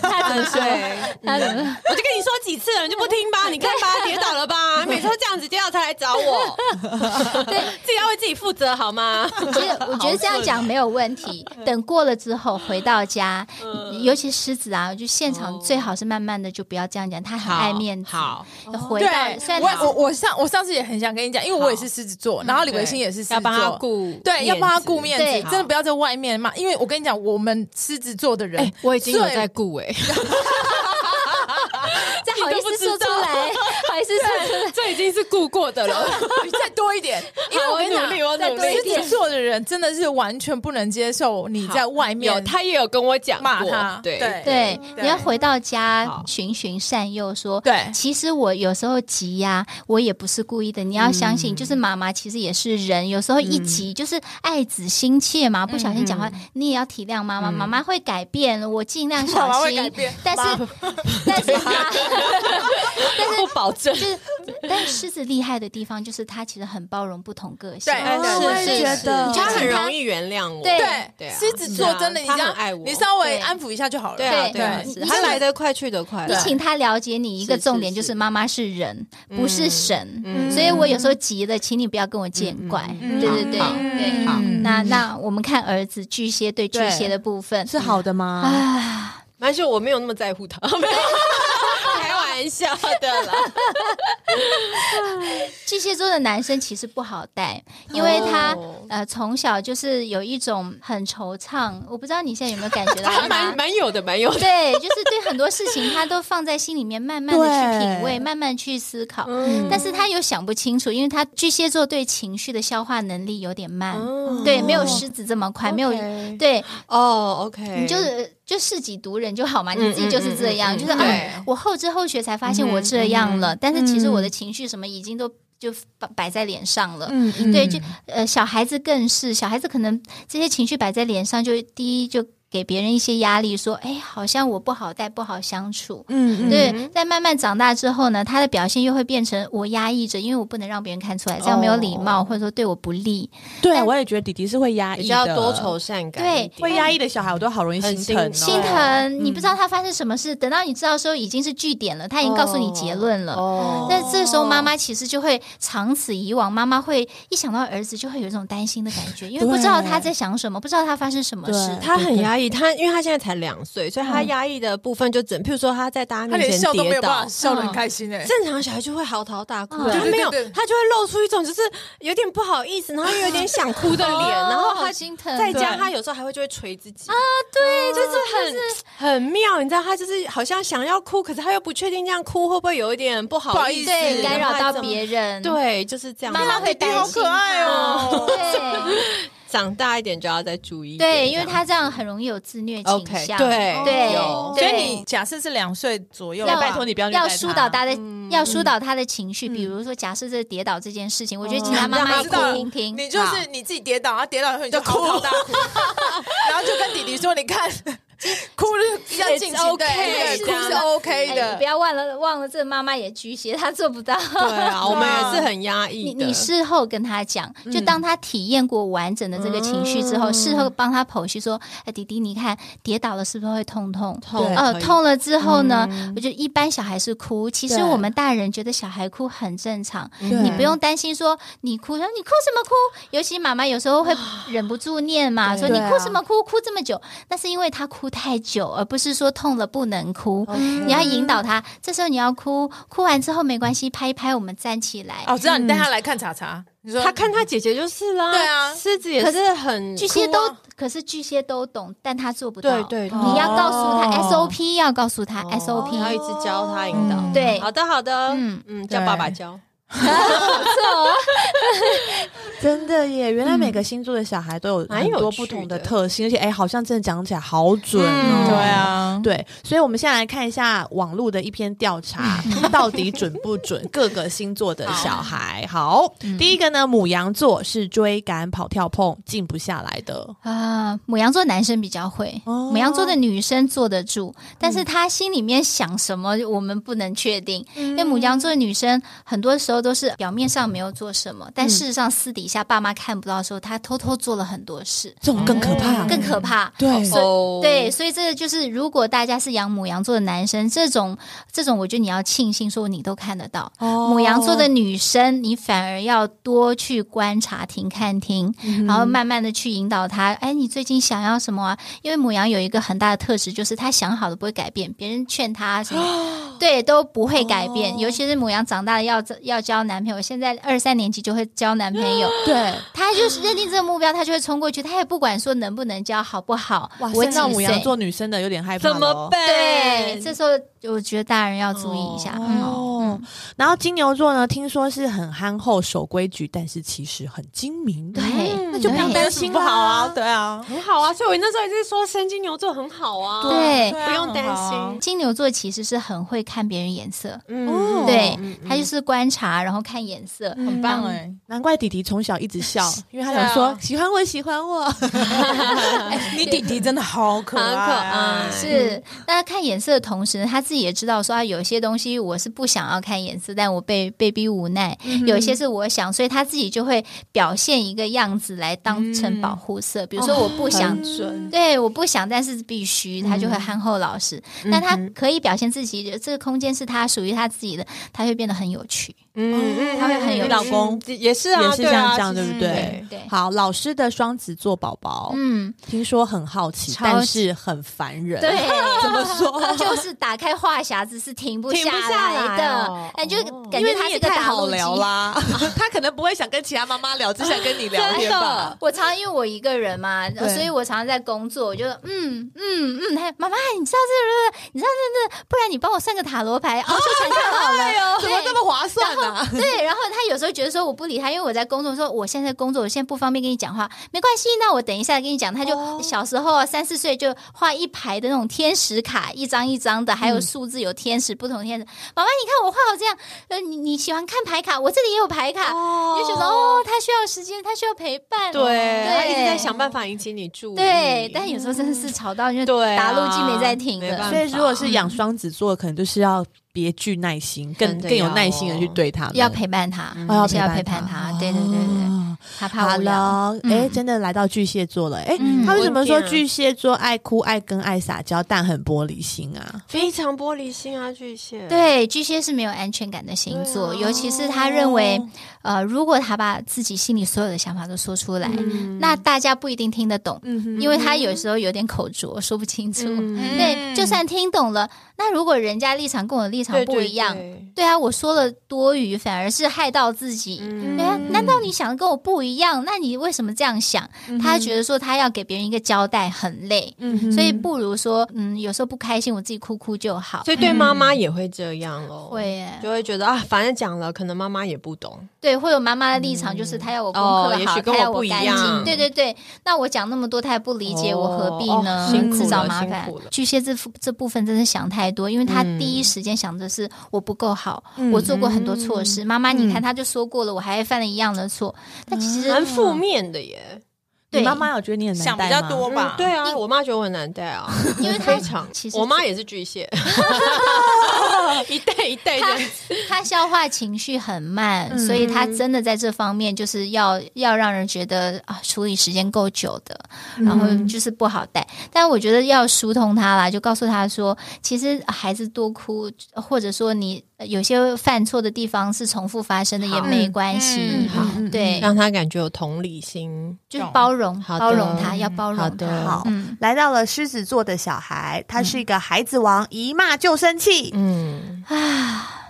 [SPEAKER 3] 他怎么说？
[SPEAKER 2] 对。
[SPEAKER 3] 他怎么说？
[SPEAKER 2] 我就跟你说几次了，你就不听吧？你看吧，跌倒了吧？每次都这样子跌倒才来找我， 对自己要为自己负责好吗？
[SPEAKER 3] 其实我觉得这样讲没有问题。 等过了之后回到家，尤其狮子啊，就现场
[SPEAKER 2] 嗯哦
[SPEAKER 3] 最好是慢慢的就不要这样讲，他很爱面子。
[SPEAKER 2] 好，
[SPEAKER 3] 回到虽然
[SPEAKER 4] 我我
[SPEAKER 3] 他
[SPEAKER 4] 我上我上次也很想跟你讲，因为我也是狮子座，然后李维新也是狮子
[SPEAKER 2] 要帮他
[SPEAKER 4] 座，
[SPEAKER 2] 顾，
[SPEAKER 4] 对，要帮他顾面
[SPEAKER 3] 对
[SPEAKER 4] 子，真的不要在外面骂，因为我跟你讲，我们狮子座的人，
[SPEAKER 2] 哎 我已经有
[SPEAKER 4] 最
[SPEAKER 2] 在顾哎，
[SPEAKER 3] 再好意思说出来，好
[SPEAKER 5] 还是说
[SPEAKER 2] 这已经是顾过的 了，
[SPEAKER 4] 再多一点，因为
[SPEAKER 2] 好
[SPEAKER 4] 我跟你
[SPEAKER 2] 我努力我
[SPEAKER 4] 讲，
[SPEAKER 2] 努力
[SPEAKER 4] 呃狮子座的人真的是完全不能接受你在外面
[SPEAKER 2] 有他也有跟我讲
[SPEAKER 4] 骂
[SPEAKER 2] 过
[SPEAKER 4] 他，
[SPEAKER 2] 对
[SPEAKER 3] 对，
[SPEAKER 4] 对
[SPEAKER 3] 你要回到家
[SPEAKER 2] 好
[SPEAKER 3] 循循善诱说，
[SPEAKER 4] 对
[SPEAKER 3] 其实我有时候急呀、我也不是故意的。你要相
[SPEAKER 4] 嗯
[SPEAKER 3] 信，就是妈妈其实也是人，有时候一急就是爱子心切嘛，不小心讲话，
[SPEAKER 4] 嗯
[SPEAKER 3] 你也要体谅妈妈，妈妈会改变，我尽量
[SPEAKER 4] 妈妈
[SPEAKER 3] 小
[SPEAKER 4] 会改
[SPEAKER 3] 心
[SPEAKER 4] 变。
[SPEAKER 3] 但是，但是妈，
[SPEAKER 2] 不保证
[SPEAKER 3] 就是， 但狮子厉害的地方就是它其实很包容不同个性。
[SPEAKER 4] 对
[SPEAKER 1] 哦我也
[SPEAKER 2] 是
[SPEAKER 1] 觉得
[SPEAKER 3] 你就
[SPEAKER 2] 他
[SPEAKER 3] 请
[SPEAKER 2] 很
[SPEAKER 3] 他
[SPEAKER 2] 容易原谅我，
[SPEAKER 3] 对
[SPEAKER 2] 对
[SPEAKER 4] 对
[SPEAKER 2] 啊，
[SPEAKER 4] 狮子座真的，你
[SPEAKER 2] 他
[SPEAKER 4] 这
[SPEAKER 2] 很
[SPEAKER 4] 样
[SPEAKER 2] 爱我
[SPEAKER 4] 你稍微
[SPEAKER 3] 对
[SPEAKER 4] 安抚一下就好了。
[SPEAKER 2] 对啊
[SPEAKER 3] 对
[SPEAKER 2] 对啊，
[SPEAKER 3] 你
[SPEAKER 2] 是
[SPEAKER 3] 你
[SPEAKER 2] 他
[SPEAKER 3] 请
[SPEAKER 2] 来得快去得快
[SPEAKER 3] 你
[SPEAKER 2] 啦，
[SPEAKER 3] 请他了解你一个
[SPEAKER 2] 是是
[SPEAKER 3] 重点，就是是妈妈是人，不是神。
[SPEAKER 2] 嗯
[SPEAKER 3] 所以我有时候急了，请你不要跟我见怪。
[SPEAKER 4] 嗯
[SPEAKER 3] 对对对
[SPEAKER 2] 好
[SPEAKER 3] 对，
[SPEAKER 2] 好
[SPEAKER 3] 那那我们看儿子巨蟹对巨蟹的部分
[SPEAKER 1] 是好的吗？
[SPEAKER 3] 啊，
[SPEAKER 2] 蛮秀，我没有那么在乎他，没 有，开玩笑的 啦。
[SPEAKER 3] 巨蟹座的男生其实不好带，因为他、
[SPEAKER 2] 哦
[SPEAKER 3] 呃从小就是有一种很惆怅，我不知道你现在有没有感觉 到
[SPEAKER 2] 还
[SPEAKER 3] 他
[SPEAKER 2] 蛮。蛮有的，蛮有 的。
[SPEAKER 3] 对，就是对很多事情他都放在心里面，慢慢的去品味，慢慢去思考。
[SPEAKER 2] 嗯
[SPEAKER 3] 但是他又想不清楚，因为他巨蟹座对情绪的消化能力有点慢，
[SPEAKER 2] 哦
[SPEAKER 3] 对，没有狮子这么快，没有
[SPEAKER 2] OK
[SPEAKER 3] 对，
[SPEAKER 2] 哦，OK，
[SPEAKER 3] 你就是就市己读人就好嘛，
[SPEAKER 2] 嗯
[SPEAKER 3] 你自己就是这样，
[SPEAKER 2] 嗯嗯嗯
[SPEAKER 3] 就是
[SPEAKER 4] 对
[SPEAKER 3] 啊，我后知后觉才发现
[SPEAKER 1] 嗯
[SPEAKER 3] 我这样了，但是其实我的情绪什么已经都就摆摆在脸上了。
[SPEAKER 1] 嗯，嗯
[SPEAKER 3] 对，就呃，小孩子更是，小孩子可能这些情绪摆在脸上就，第一就给别人一些压力，说，哎，好像我不好带，不好相处。
[SPEAKER 1] 嗯嗯，
[SPEAKER 3] 对，但慢慢长大之后呢，他的表现又会变成我压抑着，因为我不能让别人看出来，这样没有礼
[SPEAKER 1] 哦
[SPEAKER 3] 貌，或者说对我不利。
[SPEAKER 1] 对
[SPEAKER 3] 但
[SPEAKER 1] 我也觉得弟弟是会压抑
[SPEAKER 2] 比
[SPEAKER 1] 的，
[SPEAKER 2] 较多愁善感一点，
[SPEAKER 1] 会压抑的小孩，我都好容易
[SPEAKER 2] 很
[SPEAKER 1] 心疼哦，
[SPEAKER 2] 心
[SPEAKER 3] 心疼，你不知道他发生什么事，等到你知道的时候已经是据点了，他已经告诉你结论了。
[SPEAKER 2] 哦
[SPEAKER 3] 但这时候妈妈其实就会长此以往，妈妈会一想到儿子就会有一种担心的感觉，因为不知道他在想什么，不知道他发生什么事
[SPEAKER 1] 对。
[SPEAKER 2] 他很压抑，他因为他现在才两岁，所以他压抑的部分就整，譬如说他在大家
[SPEAKER 4] 他
[SPEAKER 2] 面
[SPEAKER 4] 连
[SPEAKER 2] 前
[SPEAKER 4] 笑都没
[SPEAKER 2] 跌
[SPEAKER 4] 有办
[SPEAKER 2] 倒
[SPEAKER 4] 法，笑得很开心哎，
[SPEAKER 2] 正常小孩就会嚎啕大哭，
[SPEAKER 3] 嗯
[SPEAKER 2] 他没有
[SPEAKER 4] 对对对，
[SPEAKER 2] 他就会露出一种就是有点不好意思，然后又有点想哭的脸，然后
[SPEAKER 3] 哦好
[SPEAKER 2] 他
[SPEAKER 3] 心疼，
[SPEAKER 2] 再
[SPEAKER 1] 对
[SPEAKER 2] 加他有时候还会就会捶自己啊，对，就是很很妙，你知道他就是好像想要哭，可是他又不确定这样哭会不会有一点不好意思，
[SPEAKER 3] 对干扰
[SPEAKER 2] 他
[SPEAKER 3] 到
[SPEAKER 2] 怎么
[SPEAKER 3] 别人，
[SPEAKER 2] 对，就是这样。
[SPEAKER 3] 妈妈会
[SPEAKER 4] 弟弟
[SPEAKER 3] 担
[SPEAKER 4] 好
[SPEAKER 3] 心
[SPEAKER 4] 可爱
[SPEAKER 3] 他。
[SPEAKER 4] 哦。
[SPEAKER 3] 对。
[SPEAKER 2] 长大一点就要再注意一点，
[SPEAKER 3] 对，因为
[SPEAKER 2] 这样
[SPEAKER 3] 他这样很容易有自虐倾
[SPEAKER 2] OK
[SPEAKER 3] 向。
[SPEAKER 2] 对
[SPEAKER 3] 对
[SPEAKER 2] 有
[SPEAKER 4] 所
[SPEAKER 3] 对
[SPEAKER 4] 以你假设是两岁左右的
[SPEAKER 3] 要
[SPEAKER 4] 话，
[SPEAKER 1] 拜托你不要虐待
[SPEAKER 3] 要
[SPEAKER 1] 他
[SPEAKER 3] 疏导他的，要疏导他的情绪。比如说，假设这跌倒这件事情，我觉得其他妈
[SPEAKER 4] 让
[SPEAKER 3] 妈
[SPEAKER 4] 他
[SPEAKER 3] 也
[SPEAKER 4] 知
[SPEAKER 3] 可
[SPEAKER 4] 道
[SPEAKER 3] 以听听。
[SPEAKER 4] 你就是你自己跌倒，然后跌倒以后你就嚎啕大 哭，然后就跟弟弟说：“你看，哭是要尽
[SPEAKER 2] It's
[SPEAKER 4] 情
[SPEAKER 2] okay，
[SPEAKER 4] 对，
[SPEAKER 2] 这
[SPEAKER 4] 哭
[SPEAKER 2] 样
[SPEAKER 4] 是 OK
[SPEAKER 3] 哎，你
[SPEAKER 4] 的
[SPEAKER 3] 不。要忘了，忘了这妈妈也巨蟹，她做不到。
[SPEAKER 2] 对啊，我们也是很压
[SPEAKER 3] 你
[SPEAKER 2] 抑的。
[SPEAKER 3] 你事后跟他讲，就当他体验过完整的这个情绪之后，事后帮他剖析说：“哎，弟弟，你看跌倒了是不是会痛痛？
[SPEAKER 2] 痛
[SPEAKER 3] 呃，
[SPEAKER 2] 可以
[SPEAKER 3] 痛了之后呢，我觉得一般小孩是哭，其实
[SPEAKER 1] 对
[SPEAKER 3] 我们大人觉得小孩哭很正常，
[SPEAKER 1] 对
[SPEAKER 3] 你不
[SPEAKER 2] 嗯
[SPEAKER 3] 用担心说你哭，然后你哭什么哭？尤其妈妈有时候会忍不住念嘛，说
[SPEAKER 1] 对
[SPEAKER 3] 你
[SPEAKER 1] 啊
[SPEAKER 3] 哭什么哭，哭这么久，那是因为他哭太久，而不是说痛了不能哭。
[SPEAKER 2] 哦
[SPEAKER 3] 你要引导他，这时候你要哭，哭完之后没关系，拍一拍，我们站起来。”
[SPEAKER 4] 哦，知道你带他来看查查，你说
[SPEAKER 2] 他看他姐姐就是啦，
[SPEAKER 4] 对啊
[SPEAKER 2] 狮子也是很
[SPEAKER 3] 巨蟹都，可是巨蟹都懂，但他做不到。
[SPEAKER 2] 啊对对对
[SPEAKER 3] 你要告诉他
[SPEAKER 1] 哦
[SPEAKER 3] SOP，要告诉他
[SPEAKER 2] 你要
[SPEAKER 3] SOP。
[SPEAKER 2] 一直教哦他引导。
[SPEAKER 4] 嗯
[SPEAKER 3] 对
[SPEAKER 2] 好的好的，嗯
[SPEAKER 3] 嗯
[SPEAKER 2] 嗯，叫爸爸教。
[SPEAKER 1] 真的耶！原来每个星座的小孩都有
[SPEAKER 2] 蛮
[SPEAKER 1] 很
[SPEAKER 2] 有
[SPEAKER 1] 多
[SPEAKER 2] 趣
[SPEAKER 1] 不同的
[SPEAKER 2] 的
[SPEAKER 1] 特性，而且哎，好像真的讲起来好准哦。
[SPEAKER 2] 嗯
[SPEAKER 4] 对啊，
[SPEAKER 1] 对，所以我们现在来看一下网络的一篇调查，到底准不准各个星座的小孩。好，第一个呢，母羊座是追赶、跑、跳、碰，静不下来的。
[SPEAKER 3] 啊，母羊座男生比较会，
[SPEAKER 1] 哦
[SPEAKER 3] 母羊座的女生坐得住，但是她心里面想什么，我们不能确定。因为母羊座的女生很多时候都是表面上没有做什么，但事实上私底下爸妈看不到的时候，她偷偷做了很多事，
[SPEAKER 1] 这种更可怕，
[SPEAKER 3] 更可怕。
[SPEAKER 4] 啊
[SPEAKER 1] 对，
[SPEAKER 2] 哦
[SPEAKER 3] 对，，所以这个就是，如果大家是养母羊座的男生，这种这种，我觉得你要庆幸说你都看得到。母羊座的女生，你反而要多去观察、听、看、听，然后慢慢的去引导他。哎，你最近想要什么啊？因为母羊有一个很大的特质，就是他想好了不会改变，别人劝他什 么，对都不会改
[SPEAKER 1] 哦
[SPEAKER 3] 变。尤其是母羊长大了要要交男朋友，现在二三年级就会交男朋友，
[SPEAKER 1] 对，
[SPEAKER 3] 他就是认定这个目标，他就会冲过去，他也不管说能不能交，好不好。
[SPEAKER 1] 哇，
[SPEAKER 3] 我
[SPEAKER 1] 现在
[SPEAKER 3] 几
[SPEAKER 1] 母羊
[SPEAKER 3] 岁
[SPEAKER 1] 座女生的有点害怕哦
[SPEAKER 2] 怎
[SPEAKER 1] 咯
[SPEAKER 2] 么办？
[SPEAKER 3] 对，这时候我觉得大人要注意一下。嗯，
[SPEAKER 1] 哦，嗯，然后金牛座呢，听说是很憨厚、守规矩，但是其实很精明。
[SPEAKER 3] 对
[SPEAKER 1] 嗯那就不用担心
[SPEAKER 4] 不好啊，
[SPEAKER 1] 啦
[SPEAKER 4] 对啊，
[SPEAKER 2] 很好啊，所以我那时候一直说生金牛座很好啊，
[SPEAKER 3] 对
[SPEAKER 2] 不用担
[SPEAKER 4] 很好啊
[SPEAKER 2] 心。
[SPEAKER 3] 金牛座其实是很会看别人眼色，
[SPEAKER 1] 哦
[SPEAKER 2] 嗯，
[SPEAKER 3] 对他就是观察，然后看眼色。
[SPEAKER 1] 嗯
[SPEAKER 4] 很棒哎。
[SPEAKER 1] 难怪弟弟从小一直笑，因为他
[SPEAKER 4] 对
[SPEAKER 1] 想
[SPEAKER 4] 啊
[SPEAKER 1] 说喜欢我，喜欢我。
[SPEAKER 4] 哎你弟弟真的好可
[SPEAKER 2] 很可爱
[SPEAKER 1] 哎
[SPEAKER 4] 爱，
[SPEAKER 3] 嗯是，那看眼色的同时呢，他自己也知道说啊，有些东西我是不想要看眼色，但我被被逼无奈；
[SPEAKER 1] 嗯
[SPEAKER 3] 有一些是我想，所以他自己就会表现一个样子来当
[SPEAKER 1] 嗯
[SPEAKER 3] 成保护色。比如
[SPEAKER 1] 哦
[SPEAKER 3] 说我不想，
[SPEAKER 2] 准，
[SPEAKER 3] 对，我不想，但是必须，他就
[SPEAKER 1] 嗯
[SPEAKER 3] 会憨厚老实。但他可以表现自己，这个空间是他属于他自己的，他会变得很有趣。
[SPEAKER 2] 嗯嗯，
[SPEAKER 3] 哦他会很有
[SPEAKER 2] 嗯
[SPEAKER 1] 老公
[SPEAKER 2] 嗯也是啊，
[SPEAKER 1] 也是
[SPEAKER 2] 对啊
[SPEAKER 1] 像这样
[SPEAKER 2] 其
[SPEAKER 1] 对不
[SPEAKER 2] 实
[SPEAKER 1] 对
[SPEAKER 3] 对，
[SPEAKER 1] 好，老师的双子座宝宝，
[SPEAKER 3] 嗯，
[SPEAKER 1] 听说很好奇，
[SPEAKER 3] 超级
[SPEAKER 1] 但是很烦人。
[SPEAKER 3] 对，。
[SPEAKER 1] 怎么说？
[SPEAKER 3] 就是打开话匣子是停不
[SPEAKER 2] 停不下
[SPEAKER 3] 来
[SPEAKER 2] 来
[SPEAKER 3] 的
[SPEAKER 2] 哦，
[SPEAKER 3] 哎，就
[SPEAKER 2] 哦
[SPEAKER 3] 感
[SPEAKER 1] 因为
[SPEAKER 3] 觉他
[SPEAKER 1] 你
[SPEAKER 3] 是
[SPEAKER 1] 也
[SPEAKER 3] 个
[SPEAKER 1] 太
[SPEAKER 3] 打
[SPEAKER 1] 好
[SPEAKER 3] 火机。
[SPEAKER 1] 聊 啦，他可能不会想跟其他妈妈聊，只想跟你聊
[SPEAKER 2] 真
[SPEAKER 1] 天吧
[SPEAKER 2] 的。
[SPEAKER 3] 我常因为我一个人嘛，呃所以我常常在工作，我就嗯嗯嗯，他妈妈，你知道这个，你知道这个，不然你帮我算个塔罗 牌，哦，就成交好了。
[SPEAKER 1] 哎怎么
[SPEAKER 3] 对
[SPEAKER 1] 这么划算啊呢？
[SPEAKER 3] 对，然后他有时候觉得说我不理他，因为我在工作，说我现在在工作，我现在不方便跟你讲话，没关系，那我等一下跟你讲。他
[SPEAKER 1] 哦
[SPEAKER 3] 就小时候啊三四岁就画一排的那种天使卡，一张一张的，还有数字有天使，不同天使。妈妈，你看我画好这样，呃，你你喜欢看牌卡，我这里也有牌卡，你就觉得哦，他需要时间，他需要陪伴，哦
[SPEAKER 2] 对，他一直在
[SPEAKER 3] 对
[SPEAKER 2] 想办法引起你注意。
[SPEAKER 3] 对，但有时候真的是吵到，因为
[SPEAKER 2] 对
[SPEAKER 3] 打
[SPEAKER 2] 啊
[SPEAKER 3] 路机没在停
[SPEAKER 2] 没
[SPEAKER 3] 的，
[SPEAKER 2] 办
[SPEAKER 1] 所
[SPEAKER 2] 法
[SPEAKER 1] 以，如果是养双子座，可能就是要别具耐心，更
[SPEAKER 2] 真的
[SPEAKER 1] 更有
[SPEAKER 2] 要
[SPEAKER 1] 耐心的去对他们，
[SPEAKER 3] 要陪伴他，
[SPEAKER 2] 嗯
[SPEAKER 1] 哦
[SPEAKER 3] 而且要
[SPEAKER 1] 要
[SPEAKER 3] 陪伴他，对对对对，
[SPEAKER 1] 哦
[SPEAKER 3] 他怕
[SPEAKER 1] 好
[SPEAKER 3] 无聊。
[SPEAKER 1] 了，哎，真的来到巨蟹座了，哎
[SPEAKER 3] 嗯，
[SPEAKER 1] 他为什么说
[SPEAKER 2] 稳定啊
[SPEAKER 1] 巨蟹座爱哭、爱跟爱撒娇，但很玻璃心啊？
[SPEAKER 2] 非常玻璃心啊，巨蟹。
[SPEAKER 3] 对，巨蟹是没有安全感的星座，
[SPEAKER 2] 对啊哦
[SPEAKER 3] 尤其是他认
[SPEAKER 1] 哦
[SPEAKER 3] 为，呃，如果他把自己心里所有的想法都说出来，
[SPEAKER 2] 嗯
[SPEAKER 3] 那大家不一定听得懂，因为他有时候有点口拙，说不清楚。
[SPEAKER 2] 嗯
[SPEAKER 3] 对，就算听懂了，那如果人家立场跟我的立场
[SPEAKER 2] 对
[SPEAKER 3] 不
[SPEAKER 2] 对
[SPEAKER 3] 一样，
[SPEAKER 2] 对
[SPEAKER 3] 对啊，我说了多余，反而是害到自己。对啊，难道你想的跟我不一样？那你为什么这样想？他觉得说他要给别人一个交代很累，
[SPEAKER 1] 嗯
[SPEAKER 3] 所以不如说，嗯，有时候不开心，我自己哭哭就好。
[SPEAKER 2] 所以对妈妈也会这样哦，
[SPEAKER 3] 会耶
[SPEAKER 2] 就会觉得啊，反正讲了，可能妈妈也不懂，
[SPEAKER 3] 对，会有妈妈的立场，就是他要我功
[SPEAKER 2] 哦
[SPEAKER 3] 课
[SPEAKER 2] 也
[SPEAKER 3] 好，
[SPEAKER 2] 许跟
[SPEAKER 3] 他要
[SPEAKER 2] 我不一
[SPEAKER 3] 干净。
[SPEAKER 2] 样
[SPEAKER 3] 对对对，那我讲那么多，他也不理解，我何必
[SPEAKER 2] 哦
[SPEAKER 3] 呢？
[SPEAKER 2] 哦辛苦
[SPEAKER 3] 自找
[SPEAKER 2] 了
[SPEAKER 3] 麻
[SPEAKER 2] 辛
[SPEAKER 3] 烦
[SPEAKER 2] 苦了。
[SPEAKER 3] 巨蟹这部这部分真是想太多，因为他
[SPEAKER 2] 嗯
[SPEAKER 3] 第一时间想的是我不够好，我做过很多错事。妈妈，
[SPEAKER 2] 嗯
[SPEAKER 3] 你看他就说过了，我还犯了一样的错。但其实
[SPEAKER 2] 蛮负面的耶。
[SPEAKER 1] 你
[SPEAKER 3] 对
[SPEAKER 1] 妈妈有觉得你很难
[SPEAKER 4] 想
[SPEAKER 1] 带
[SPEAKER 4] 比
[SPEAKER 1] 吗
[SPEAKER 4] 较多吧？
[SPEAKER 2] 对啊，我妈觉得我很难带啊，
[SPEAKER 3] 因为他
[SPEAKER 2] 非常。
[SPEAKER 3] 其实
[SPEAKER 2] 我妈也是巨 蟹，一代一代
[SPEAKER 3] 他
[SPEAKER 2] 的。
[SPEAKER 3] 他消化情绪很慢，
[SPEAKER 2] 嗯
[SPEAKER 3] 所以他真的在这方面就是要要让人觉得啊，处理时间够久的，
[SPEAKER 2] 嗯
[SPEAKER 3] 然后就是不好带。但我觉得要疏通他啦，就告诉他说，其实孩子多哭，或者说你呃有些犯错的地方是重复发生的也
[SPEAKER 2] 好
[SPEAKER 3] 没关
[SPEAKER 4] 嗯
[SPEAKER 3] 系，
[SPEAKER 2] 好
[SPEAKER 3] 对，
[SPEAKER 2] 让她感觉有同理心。
[SPEAKER 3] 就是包容
[SPEAKER 2] 好的
[SPEAKER 3] 包容他，要包
[SPEAKER 2] 好
[SPEAKER 3] 容
[SPEAKER 2] 的
[SPEAKER 3] 他。
[SPEAKER 1] 好
[SPEAKER 3] 嗯，
[SPEAKER 1] 来到了狮子座的小孩，他是一个孩子王，一骂就生气。
[SPEAKER 2] 嗯，
[SPEAKER 3] 啊，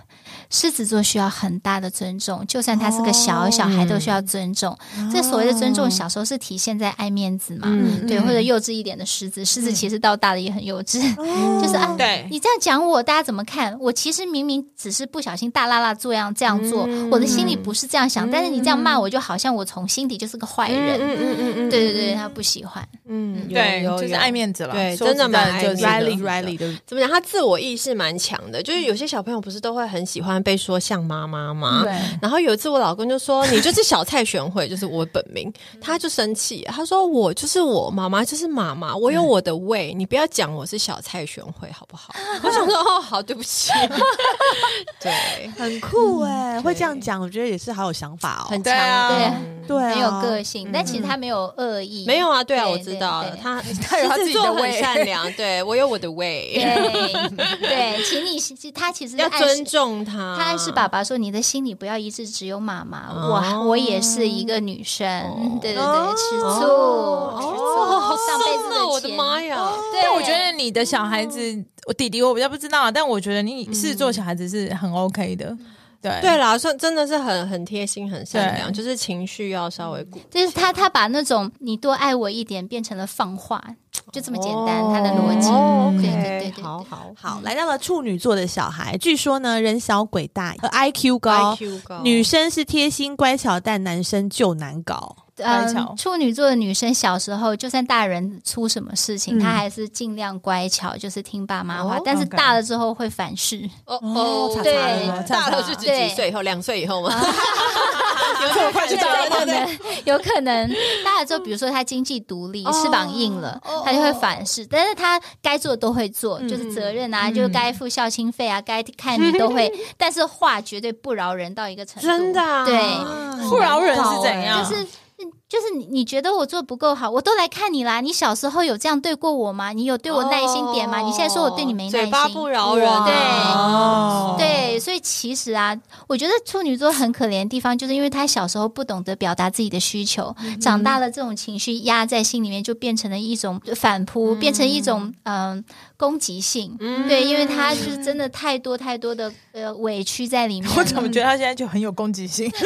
[SPEAKER 3] 狮子座需要很大的尊重，就算他是个小小孩，都需
[SPEAKER 2] 哦
[SPEAKER 3] 要尊重。这所谓的尊重，小时候是体现在爱面子嘛，
[SPEAKER 2] 嗯
[SPEAKER 3] 对，
[SPEAKER 1] 嗯
[SPEAKER 3] 或者幼稚一点的狮子，狮子其实到大了也很幼稚，
[SPEAKER 2] 哦
[SPEAKER 3] 就是啊，
[SPEAKER 4] 对
[SPEAKER 3] 你这样讲我，大家怎么看？我其实明明只是不小心大啦啦这样这样做，我的心里不是这样想，但是你这样骂我，就好像我从心底就是个坏人。
[SPEAKER 2] 嗯嗯嗯
[SPEAKER 3] 对对对，他不喜欢。
[SPEAKER 2] 嗯，有
[SPEAKER 4] 对，
[SPEAKER 2] 有
[SPEAKER 4] 就是
[SPEAKER 2] 有
[SPEAKER 4] 爱面子了，
[SPEAKER 2] 对
[SPEAKER 4] 说
[SPEAKER 2] 真的
[SPEAKER 4] 实在
[SPEAKER 2] 蛮爱
[SPEAKER 4] 就
[SPEAKER 2] 面
[SPEAKER 4] 是
[SPEAKER 2] 子的
[SPEAKER 1] Riley Riley 对不对？
[SPEAKER 2] 怎么讲？他自我意识蛮强的，就是有些小朋友不是都会很喜欢被说像妈妈吗？
[SPEAKER 4] 对。
[SPEAKER 2] 然后有一次，我老公就说：“你就是小蔡玄慧，就是我本名。”他就生气，他说：“我就是我妈妈，就是妈妈，我有我的胃，你不要讲我是小蔡玄慧，好不好？” 我想说：“哦，好，对不起。” 对，
[SPEAKER 1] 很酷哎、会这样讲，我觉得也是好有想法哦。
[SPEAKER 2] 很
[SPEAKER 4] 对
[SPEAKER 2] 强，
[SPEAKER 4] 啊
[SPEAKER 3] 对
[SPEAKER 2] 嗯
[SPEAKER 1] 对、啊，
[SPEAKER 3] 很有个性，但其实他没有恶意。
[SPEAKER 2] 没有啊，对啊，
[SPEAKER 3] 对
[SPEAKER 2] 我知道
[SPEAKER 3] 对对
[SPEAKER 2] 他
[SPEAKER 4] 他有他自己
[SPEAKER 2] 狮
[SPEAKER 4] 的
[SPEAKER 2] 子座很
[SPEAKER 4] 胃
[SPEAKER 2] 善良，对我有我的胃，
[SPEAKER 3] 对对，请你其实他其实
[SPEAKER 2] 要
[SPEAKER 3] 暗示
[SPEAKER 2] 尊重他。
[SPEAKER 3] 他暗示爸爸说：“你的心里不要一直只有妈妈，
[SPEAKER 2] 哦
[SPEAKER 3] 我我也是一个女生。 对对对，吃醋，吃醋，
[SPEAKER 2] 哦，好
[SPEAKER 3] 上辈子
[SPEAKER 2] 深哦，我的
[SPEAKER 3] 钱
[SPEAKER 2] 妈！呀！啊
[SPEAKER 3] 对，
[SPEAKER 4] 但我觉得你的小孩子，我弟弟我比较不知道啊，但我觉得你是做小孩子是很 OK 的，对
[SPEAKER 2] 对啦，算真的是很很贴心、很善良，
[SPEAKER 4] 对
[SPEAKER 2] 就是情绪要稍微顾。
[SPEAKER 3] 就是他他把那种你多爱我一点变成了放话，就这么简单，它的逻辑。
[SPEAKER 2] 哦
[SPEAKER 3] 对
[SPEAKER 2] OK，
[SPEAKER 3] 对对对，
[SPEAKER 2] 好好
[SPEAKER 1] 好，来到了处女座的小孩，据说呢人小鬼大呃，IQ 高
[SPEAKER 2] IQ 高
[SPEAKER 1] 女生是贴心乖巧，但男生就难搞。
[SPEAKER 4] 乖巧
[SPEAKER 3] 嗯，处女座的女生小时候，就算大人出什么事
[SPEAKER 1] 嗯
[SPEAKER 3] 情，她还是尽量乖巧，就是听爸妈话
[SPEAKER 2] 哦。
[SPEAKER 3] 但是
[SPEAKER 4] OK
[SPEAKER 3] 大了之后会反噬，
[SPEAKER 2] 哦
[SPEAKER 1] 哦
[SPEAKER 2] 哦，
[SPEAKER 1] 查
[SPEAKER 3] 查了
[SPEAKER 1] 吗
[SPEAKER 2] 对，大了是指
[SPEAKER 3] 对
[SPEAKER 2] 几岁以后？两岁以后吗？
[SPEAKER 3] 啊
[SPEAKER 2] 这 么快
[SPEAKER 4] 就大了
[SPEAKER 3] 有可能，有可能大了之后，比如说她经济独立，
[SPEAKER 2] 哦
[SPEAKER 3] 翅膀硬了
[SPEAKER 2] 哦，
[SPEAKER 3] 她就会反噬。但是她该做的都会做，
[SPEAKER 1] 嗯
[SPEAKER 3] 就是责任啊，就是该付孝亲费啊，该看你都 会，但是话绝对不饶人到一个程度，
[SPEAKER 2] 真的啊
[SPEAKER 3] 对。
[SPEAKER 1] 嗯
[SPEAKER 4] 不饶人是
[SPEAKER 1] 欸
[SPEAKER 4] 怎
[SPEAKER 3] 就
[SPEAKER 4] 样？
[SPEAKER 3] 是就是你你觉得我做不够好，我都来看你啦。你小时候有这样对过我吗？你有对我耐心点吗？你现在说我对你没耐
[SPEAKER 2] 哦嘴巴
[SPEAKER 3] 心
[SPEAKER 2] 不。饶人啊，
[SPEAKER 4] 哇
[SPEAKER 2] 对
[SPEAKER 3] 对，所以其实啊，我觉得处女座很可怜的地方，就是因为他小时候不懂得表达自己的需求，
[SPEAKER 4] 嗯
[SPEAKER 3] 长大了这种情绪压在心里面，就变成了一种反扑，变成一种嗯、攻击性。
[SPEAKER 2] 嗯
[SPEAKER 3] 对，因为他就是真的太多太多的呃委屈在里面了。
[SPEAKER 4] 我怎么觉得他现在就很有攻击性？
[SPEAKER 2] 就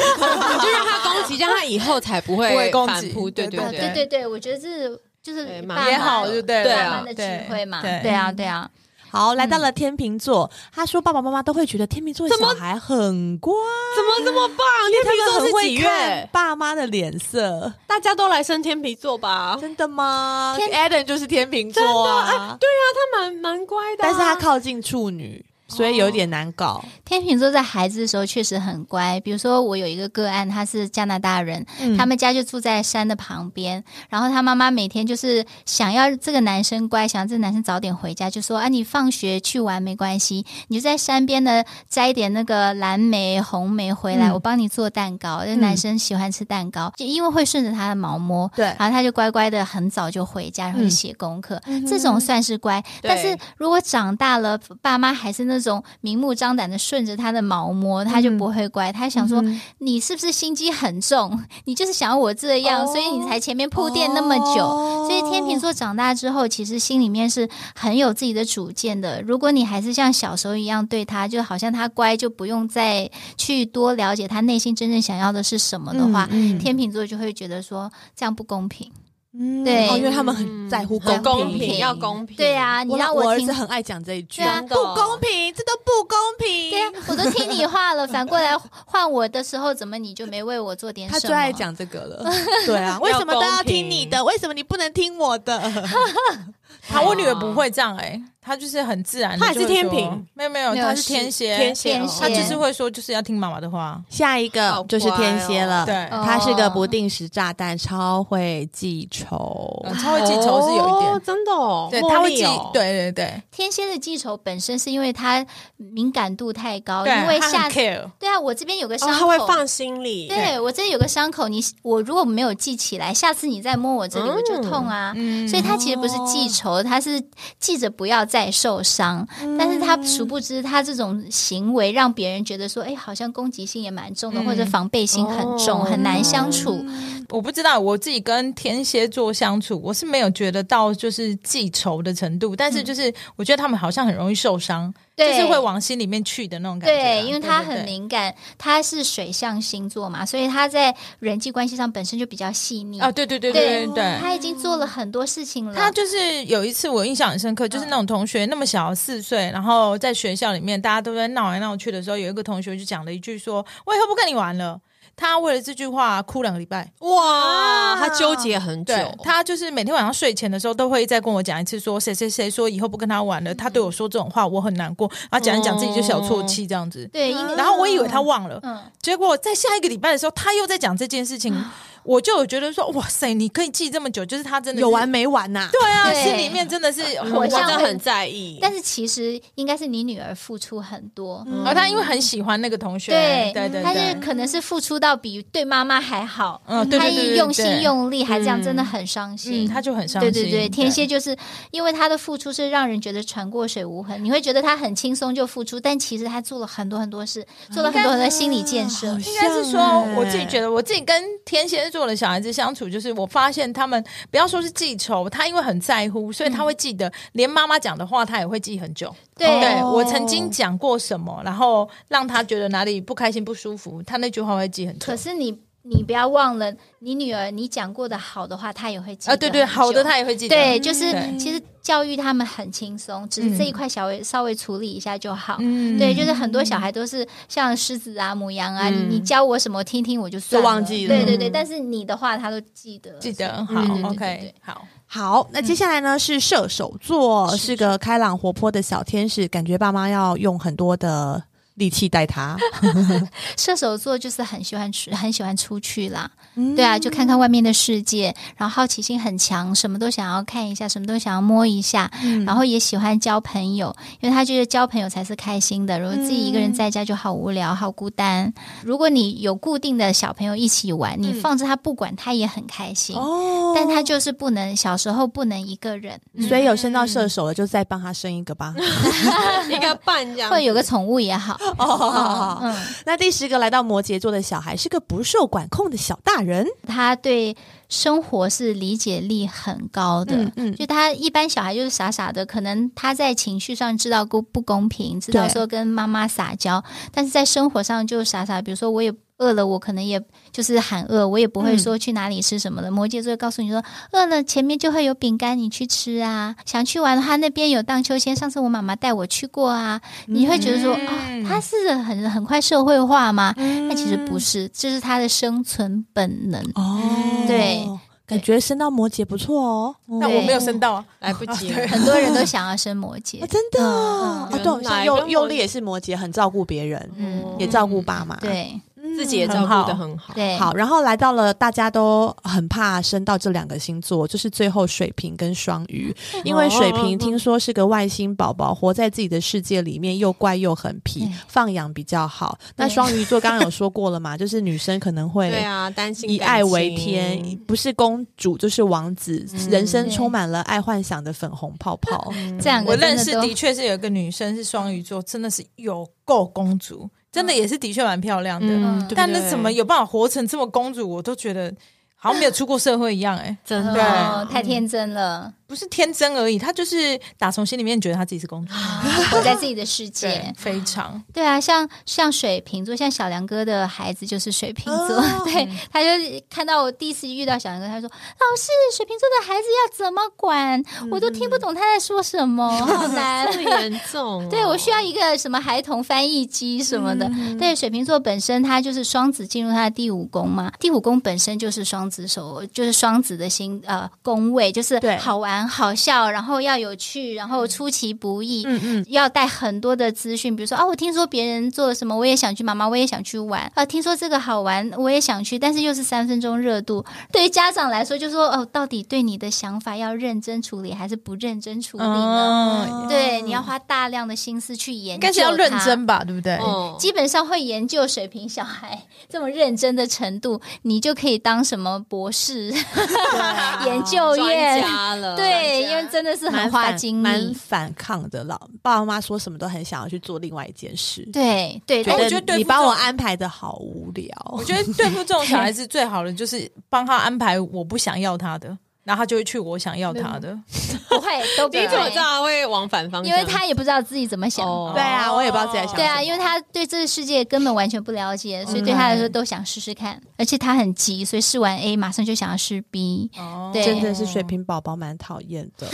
[SPEAKER 2] 让他攻击，让他以后才不
[SPEAKER 4] 不会
[SPEAKER 2] 会
[SPEAKER 4] 攻击
[SPEAKER 2] 反扑。对对
[SPEAKER 3] 啊对对对，我觉得这就是
[SPEAKER 2] 对
[SPEAKER 3] 爸
[SPEAKER 2] 妈妈
[SPEAKER 3] 妈
[SPEAKER 4] 也好，就
[SPEAKER 2] 对
[SPEAKER 4] 对了
[SPEAKER 2] 啊
[SPEAKER 3] 爸妈的
[SPEAKER 4] 对
[SPEAKER 3] 聚会嘛，
[SPEAKER 4] 对
[SPEAKER 3] 对啊，对啊，
[SPEAKER 1] 好，来到了天秤座，他说爸爸妈妈都会觉得天秤座的小孩很乖，
[SPEAKER 2] 怎么这么棒？天
[SPEAKER 1] 他们
[SPEAKER 2] 秤
[SPEAKER 1] 很
[SPEAKER 2] 座是几
[SPEAKER 1] 会看
[SPEAKER 2] 月？
[SPEAKER 1] 爸妈的脸色，
[SPEAKER 2] 大家都来生天秤座 吧。
[SPEAKER 1] 真的吗
[SPEAKER 3] 天
[SPEAKER 1] ？Adam 就是天秤座啊，
[SPEAKER 2] 对啊，他蛮蛮乖的啊、
[SPEAKER 1] 但是他靠近处女，所以有点难搞。
[SPEAKER 3] 天秤座在孩子的时候确实很乖。比如说，我有一个个案，他是加拿大人，他们家就住在山的旁边，然后他妈妈每天就是想要这个男生乖，想要这个男生早点回家，就说啊，你放学去玩没关系，你就在山边呢摘一点那个蓝莓、红莓回来，
[SPEAKER 1] 嗯
[SPEAKER 3] 我帮你做蛋糕。这
[SPEAKER 1] 嗯
[SPEAKER 3] 男生喜欢吃蛋糕，就因为会顺着他的毛摸，
[SPEAKER 1] 对
[SPEAKER 3] 然后他就乖乖的很早就回家，然后
[SPEAKER 1] 嗯
[SPEAKER 3] 就写功课，这种算是乖。
[SPEAKER 2] 对
[SPEAKER 3] 但是如果长大了，爸妈还是那种明目张胆的顺着他的毛摸，他就不会乖。他想说、
[SPEAKER 1] 嗯
[SPEAKER 3] 你是不是心机很重？你就是想要我这样，
[SPEAKER 1] 哦
[SPEAKER 3] 所以你才前面铺垫那么久。
[SPEAKER 1] 哦
[SPEAKER 3] 所以天秤座长大之后，其实心里面是很有自己的主见的。如果你还是像小时候一样对他，就好像他乖，就不用再去多了解他内心真正想要的是什么的话，
[SPEAKER 1] 嗯嗯
[SPEAKER 3] 天秤座就会觉得说这样不公平。
[SPEAKER 1] 嗯
[SPEAKER 3] 对
[SPEAKER 1] 哦因为他们很在乎公
[SPEAKER 2] 很
[SPEAKER 1] 平，
[SPEAKER 2] 公
[SPEAKER 3] 平
[SPEAKER 2] 嗯要公平。
[SPEAKER 3] 对啊，你
[SPEAKER 1] 我
[SPEAKER 3] 让
[SPEAKER 1] 老我儿
[SPEAKER 3] 听
[SPEAKER 1] 子很爱讲这一句，哦
[SPEAKER 3] 对啊
[SPEAKER 1] 不公平，这都不公平。
[SPEAKER 3] 对呀、我都听你 话了，反过来换我的时候，怎么你就没为我做点什
[SPEAKER 1] 他
[SPEAKER 3] 么？
[SPEAKER 1] 最爱，讲这个了， 对啊，为什么都要听你的？为什么你不能听我的？
[SPEAKER 4] 好，我女儿不会这样哎，她就是很自然地
[SPEAKER 2] 她也
[SPEAKER 4] 就会
[SPEAKER 2] 是
[SPEAKER 4] 说。
[SPEAKER 2] 天平
[SPEAKER 4] 没有没有，
[SPEAKER 3] 没有
[SPEAKER 4] 她是
[SPEAKER 3] 是
[SPEAKER 4] 天蝎，
[SPEAKER 2] 天蝎，
[SPEAKER 3] 天
[SPEAKER 2] 哦
[SPEAKER 3] 蝎
[SPEAKER 4] 她就是会说，就是要听妈妈的话。
[SPEAKER 1] 下一个就是天蝎了，
[SPEAKER 4] 好乖哦对
[SPEAKER 1] 他是个不定时炸弹，超会记仇。
[SPEAKER 4] 嗯她会记仇是有一
[SPEAKER 2] 哦
[SPEAKER 4] 点，
[SPEAKER 2] 真的哦，
[SPEAKER 4] 对，
[SPEAKER 2] 茉莉
[SPEAKER 4] 她会记
[SPEAKER 2] 哦，
[SPEAKER 4] 对对对，
[SPEAKER 3] 天蝎的记仇本身是因为他敏感度太高，
[SPEAKER 4] 对
[SPEAKER 3] 因为
[SPEAKER 4] 她很
[SPEAKER 3] 下
[SPEAKER 4] care，
[SPEAKER 3] 对啊，我这边有个
[SPEAKER 2] 哦
[SPEAKER 3] 伤口，
[SPEAKER 2] 他会放心里，
[SPEAKER 3] 对我这里有个伤口，你我如果没有记起来，下次你再摸我这里，
[SPEAKER 2] 嗯
[SPEAKER 3] 我就痛啊。
[SPEAKER 4] 嗯
[SPEAKER 3] 所以他其实不是记仇，他是记着不要再受伤。
[SPEAKER 4] 嗯
[SPEAKER 3] 但是他殊不知，他这种行为让别人觉得说，哎，好像攻击性也蛮重的，
[SPEAKER 4] 嗯
[SPEAKER 3] 或者防备心很重，
[SPEAKER 2] 哦
[SPEAKER 3] 很难相处。
[SPEAKER 4] 我不知道我自己跟天蝎座相处，我是没有觉得到就是记仇的程度，但是就是我觉得他们好像很容易受伤，就
[SPEAKER 3] 对
[SPEAKER 4] 是会往心里面去的那种感觉啊、
[SPEAKER 3] 对，因为他
[SPEAKER 4] 对
[SPEAKER 3] 很，敏感，他是水象星座嘛，所以他在人际关系上本身就比较细腻。
[SPEAKER 4] 对啊，对对对对对对。
[SPEAKER 3] 他已经做了很多事情了。
[SPEAKER 4] 他就是有一次我印象很深刻，
[SPEAKER 3] 嗯
[SPEAKER 4] 就是那种同学那么小四岁，然后在学校里面大家都在闹来闹去的时候，有一个同学就讲了一句说：“我以后不跟你玩了。”他为了这句话哭两个礼拜。
[SPEAKER 2] 哇，他纠结很久，
[SPEAKER 4] 对他就是每天晚上睡前的时候都会再跟我讲一次说谁谁谁说以后不跟他玩了，
[SPEAKER 3] 嗯
[SPEAKER 4] 他对我说这种话我很难
[SPEAKER 3] 哦
[SPEAKER 4] 过，然后讲一讲自己就小啜泣这样子。
[SPEAKER 3] 对，应该
[SPEAKER 4] 嗯然后我以为他忘了，
[SPEAKER 3] 嗯，
[SPEAKER 4] 结果在下一个礼拜的时候他又在讲这件事 情，我就有觉得说哇塞，你可以记这么久，就是他真的是
[SPEAKER 1] 有完没完呐、
[SPEAKER 4] 对啊，
[SPEAKER 3] 对
[SPEAKER 4] 心里面真 的是哦很
[SPEAKER 2] 我
[SPEAKER 3] 我
[SPEAKER 2] 真
[SPEAKER 3] 像
[SPEAKER 2] 的
[SPEAKER 3] 会
[SPEAKER 2] 很 在意，
[SPEAKER 3] 但是其实应该是你女儿付出很多。
[SPEAKER 4] 而哦他因为很喜欢那个同学，
[SPEAKER 3] 嗯对，
[SPEAKER 4] 嗯对对
[SPEAKER 3] 他
[SPEAKER 4] 对
[SPEAKER 3] 是可能是付出到比对妈妈还好，
[SPEAKER 4] 嗯对对
[SPEAKER 3] 他
[SPEAKER 4] 对对
[SPEAKER 3] 一
[SPEAKER 4] 对
[SPEAKER 3] 用心用力，还这样，
[SPEAKER 4] 嗯
[SPEAKER 3] 真的很伤心。
[SPEAKER 4] 嗯，他就很伤
[SPEAKER 3] 对
[SPEAKER 4] 心。
[SPEAKER 3] 对对，天蝎就是因为他的付出是让人觉得船过水无痕，你会觉得他很轻松就付出，但其实他做了很多很多事，做了很多很多心理建设。
[SPEAKER 4] 应该是
[SPEAKER 1] 像
[SPEAKER 4] 说，
[SPEAKER 1] 欸
[SPEAKER 3] 哎
[SPEAKER 4] 我自己觉得我自己跟天蝎座的小孩子相处，就是我发现他们不要说是记仇，他因为很在乎，所以他会记得，连妈妈讲的话他也会记很久。
[SPEAKER 3] 嗯对
[SPEAKER 4] 对我曾经讲过什么，然后让他觉得哪里不开心、不舒服，他那句话会记很久
[SPEAKER 3] 可。是你你不要忘了，你女儿你讲过的好的话，她也会记得
[SPEAKER 4] 啊，对对，
[SPEAKER 3] 很
[SPEAKER 4] 好的
[SPEAKER 3] 久
[SPEAKER 4] 他也会记得，嗯
[SPEAKER 3] 对，就是
[SPEAKER 4] 对
[SPEAKER 3] 其实教育他们很轻松，只是这一块小微稍微处理一下就好。
[SPEAKER 4] 嗯
[SPEAKER 3] 对，就是很多小孩都是像狮子啊、母羊啊，
[SPEAKER 2] 嗯
[SPEAKER 3] 你你教我什么，听听我就算
[SPEAKER 1] 就忘记了
[SPEAKER 3] 对对对，
[SPEAKER 4] 嗯
[SPEAKER 3] 但是你的话他都记得，
[SPEAKER 4] 记得好
[SPEAKER 3] 嗯对对对
[SPEAKER 4] ，OK，
[SPEAKER 3] 对
[SPEAKER 4] 好，
[SPEAKER 1] 好，那接下来呢是射手座，是个开朗活泼的小天使，感觉爸妈要用很多的力气带他。
[SPEAKER 3] 射手座就是很喜欢出，很喜欢出去啦，
[SPEAKER 1] 嗯
[SPEAKER 3] 对啊，就看看外面的世界，然后好奇心很强，什么都想要看一下，什么都想要摸一下，
[SPEAKER 1] 嗯
[SPEAKER 3] 然后也喜欢交朋友，因为他觉得交朋友才是开心的。如果自己一个人在家就好无聊，好孤单。如果你有固定的小朋友一起玩，你放着他不管，他也很开心。
[SPEAKER 1] 嗯哦
[SPEAKER 3] 但他就是不能，小时候不能一个人，
[SPEAKER 1] 所以有升
[SPEAKER 3] 嗯
[SPEAKER 1] 到射手了，就再帮他生一个 吧。
[SPEAKER 2] 一个半这样
[SPEAKER 3] 或者有个宠物也好。
[SPEAKER 1] 哦，
[SPEAKER 3] 嗯，
[SPEAKER 1] 那第十个来到摩羯座的小孩是个不受管控的小大人。
[SPEAKER 3] 他对生活是理解力很高的。
[SPEAKER 1] 嗯嗯
[SPEAKER 3] 就他一般小孩就是傻傻的，可能他在情绪上知道不不公平，知道
[SPEAKER 1] 对
[SPEAKER 3] 说跟妈妈撒娇，但是在生活上就傻傻。比如说，我也饿了，我可能也就是喊饿，我也不
[SPEAKER 1] 嗯
[SPEAKER 3] 会说去哪里吃什么的。摩羯座会告诉你说，饿了前面就会有饼干，你去吃啊。想去玩的话，那边有荡秋千，上次我妈妈带我去过啊。你会觉得说啊、
[SPEAKER 4] 嗯
[SPEAKER 3] 他是很很快社会化吗？那哎其实
[SPEAKER 1] 嗯
[SPEAKER 3] 不是，这是他的生存本能。
[SPEAKER 1] 哦，
[SPEAKER 3] 对，
[SPEAKER 1] 感觉升到摩羯不错哦。
[SPEAKER 4] 但我没有
[SPEAKER 3] 对
[SPEAKER 4] 升到啊，
[SPEAKER 2] 来不及
[SPEAKER 4] 啊对
[SPEAKER 2] 了。
[SPEAKER 3] 很多人都想要生摩
[SPEAKER 1] 啊
[SPEAKER 3] 羯，
[SPEAKER 1] 真的
[SPEAKER 3] 嗯
[SPEAKER 1] 哦，
[SPEAKER 3] 嗯
[SPEAKER 1] 哦对，我
[SPEAKER 2] 原
[SPEAKER 1] 像
[SPEAKER 2] 来
[SPEAKER 1] 佑
[SPEAKER 2] 跟
[SPEAKER 1] 佑
[SPEAKER 2] 摩
[SPEAKER 1] 力也是摩羯，很照顾别人，
[SPEAKER 3] 嗯
[SPEAKER 1] 也照顾爸妈。，
[SPEAKER 3] 对
[SPEAKER 2] 自己也照
[SPEAKER 1] 很
[SPEAKER 2] 顾
[SPEAKER 1] 好
[SPEAKER 2] 的很好。
[SPEAKER 3] 对，
[SPEAKER 1] 啊好，然后来到了大家都很怕升到这两个星座，就是最后水瓶跟双鱼，因为水瓶听说是个外星宝宝，活在自己的世界里面，又怪又很皮
[SPEAKER 3] 对，
[SPEAKER 1] 放养比较好。那
[SPEAKER 3] 对
[SPEAKER 1] 双鱼座刚刚有说过了嘛，就是女生可能会
[SPEAKER 2] 对啊，担心
[SPEAKER 1] 以
[SPEAKER 2] 感
[SPEAKER 1] 爱为
[SPEAKER 2] 情
[SPEAKER 1] 天，不是公主就是王子，人生充满了爱幻想的粉红泡泡。
[SPEAKER 3] 这两
[SPEAKER 4] 我
[SPEAKER 3] 个真
[SPEAKER 4] 认
[SPEAKER 3] 的
[SPEAKER 4] 识
[SPEAKER 3] 都
[SPEAKER 4] 的确是有一个女生是双鱼座，真的是有够公主，真的也是的确蛮漂亮的。
[SPEAKER 3] 嗯
[SPEAKER 2] 对不
[SPEAKER 4] 但那
[SPEAKER 2] 对
[SPEAKER 4] 怎么有办法活成这么公主？我都觉得好像没有出过社会一样、哎，
[SPEAKER 2] 真
[SPEAKER 4] 对
[SPEAKER 2] 的？
[SPEAKER 3] 哦太天真了，
[SPEAKER 4] 不是天真而已，她就是打从心里面觉得她自己是公主，
[SPEAKER 3] 活在自己的世
[SPEAKER 4] 对
[SPEAKER 3] 界，。
[SPEAKER 4] 非常
[SPEAKER 3] 对啊，像像水瓶座，像小梁哥的孩子就是水瓶座，
[SPEAKER 1] 哦
[SPEAKER 3] 对，他就看到我第一次遇到小梁哥，他说：“老师，水瓶座的孩子要怎么管？
[SPEAKER 4] 嗯
[SPEAKER 3] 我都听不懂他在说什么，好难。”
[SPEAKER 2] 这么严重哦、
[SPEAKER 3] 对我需要一个什么孩童翻译机什么的。
[SPEAKER 1] 嗯
[SPEAKER 3] 对，水瓶座本身它就是双子进入它的第五宫嘛，第五宫本身就是双子手，就是双子的心呃宫位，就是
[SPEAKER 1] 对
[SPEAKER 3] 好玩好笑，然后要有趣，然后出其不意。
[SPEAKER 1] 嗯嗯，
[SPEAKER 3] 要带很多的资讯，比如说啊，我听说别人做了什么，我也想去，妈妈我也想去玩啊，听说这个好玩，我也想去，但是又是三分钟热度。 对于家长来说，就说哦，到底对你的想法要认真处理还是不认真处理呢？
[SPEAKER 1] 哦
[SPEAKER 4] 嗯，
[SPEAKER 3] 对，你要花大量的心思去研
[SPEAKER 4] 应
[SPEAKER 3] 究，
[SPEAKER 4] 该是要认真。吧，对不对？
[SPEAKER 2] 哦，
[SPEAKER 3] 基本上会研究水平小孩这么认真的程度，你就可以当什么博士、 研究
[SPEAKER 2] 专
[SPEAKER 3] 院？
[SPEAKER 2] 家 了，
[SPEAKER 3] 对，因为真的是很
[SPEAKER 1] 蛮
[SPEAKER 3] 花
[SPEAKER 1] 反
[SPEAKER 3] 精
[SPEAKER 1] 蛮
[SPEAKER 3] 力。
[SPEAKER 1] 反抗的老爸爸妈妈说什么都很想要去做另外一件事，
[SPEAKER 3] 对哎对，
[SPEAKER 1] 觉
[SPEAKER 3] 但
[SPEAKER 4] 我觉得对
[SPEAKER 1] 得你
[SPEAKER 4] 付
[SPEAKER 1] 把
[SPEAKER 4] 这
[SPEAKER 1] 我
[SPEAKER 4] 种
[SPEAKER 1] 安排的好无聊。
[SPEAKER 4] 我觉得对付这种小孩子最好的就是帮他安排我不想要他的，然后他就会去我想要他的。
[SPEAKER 3] 不会都不
[SPEAKER 2] 你怎么
[SPEAKER 3] 会
[SPEAKER 2] 知，道他会往反方向？
[SPEAKER 3] 因为他也不知道自己怎么想。
[SPEAKER 2] 哦
[SPEAKER 1] 对啊，我也不知道自己在想
[SPEAKER 3] 对
[SPEAKER 1] 什
[SPEAKER 3] 啊，
[SPEAKER 1] 么
[SPEAKER 3] 因为他对这个世界根本完全不了解，所以对他来说都想试试看，而且他很急，所以试完 A 马上就想要试 B。
[SPEAKER 4] 哦
[SPEAKER 3] 对
[SPEAKER 1] 真的是水瓶宝宝蛮讨厌的。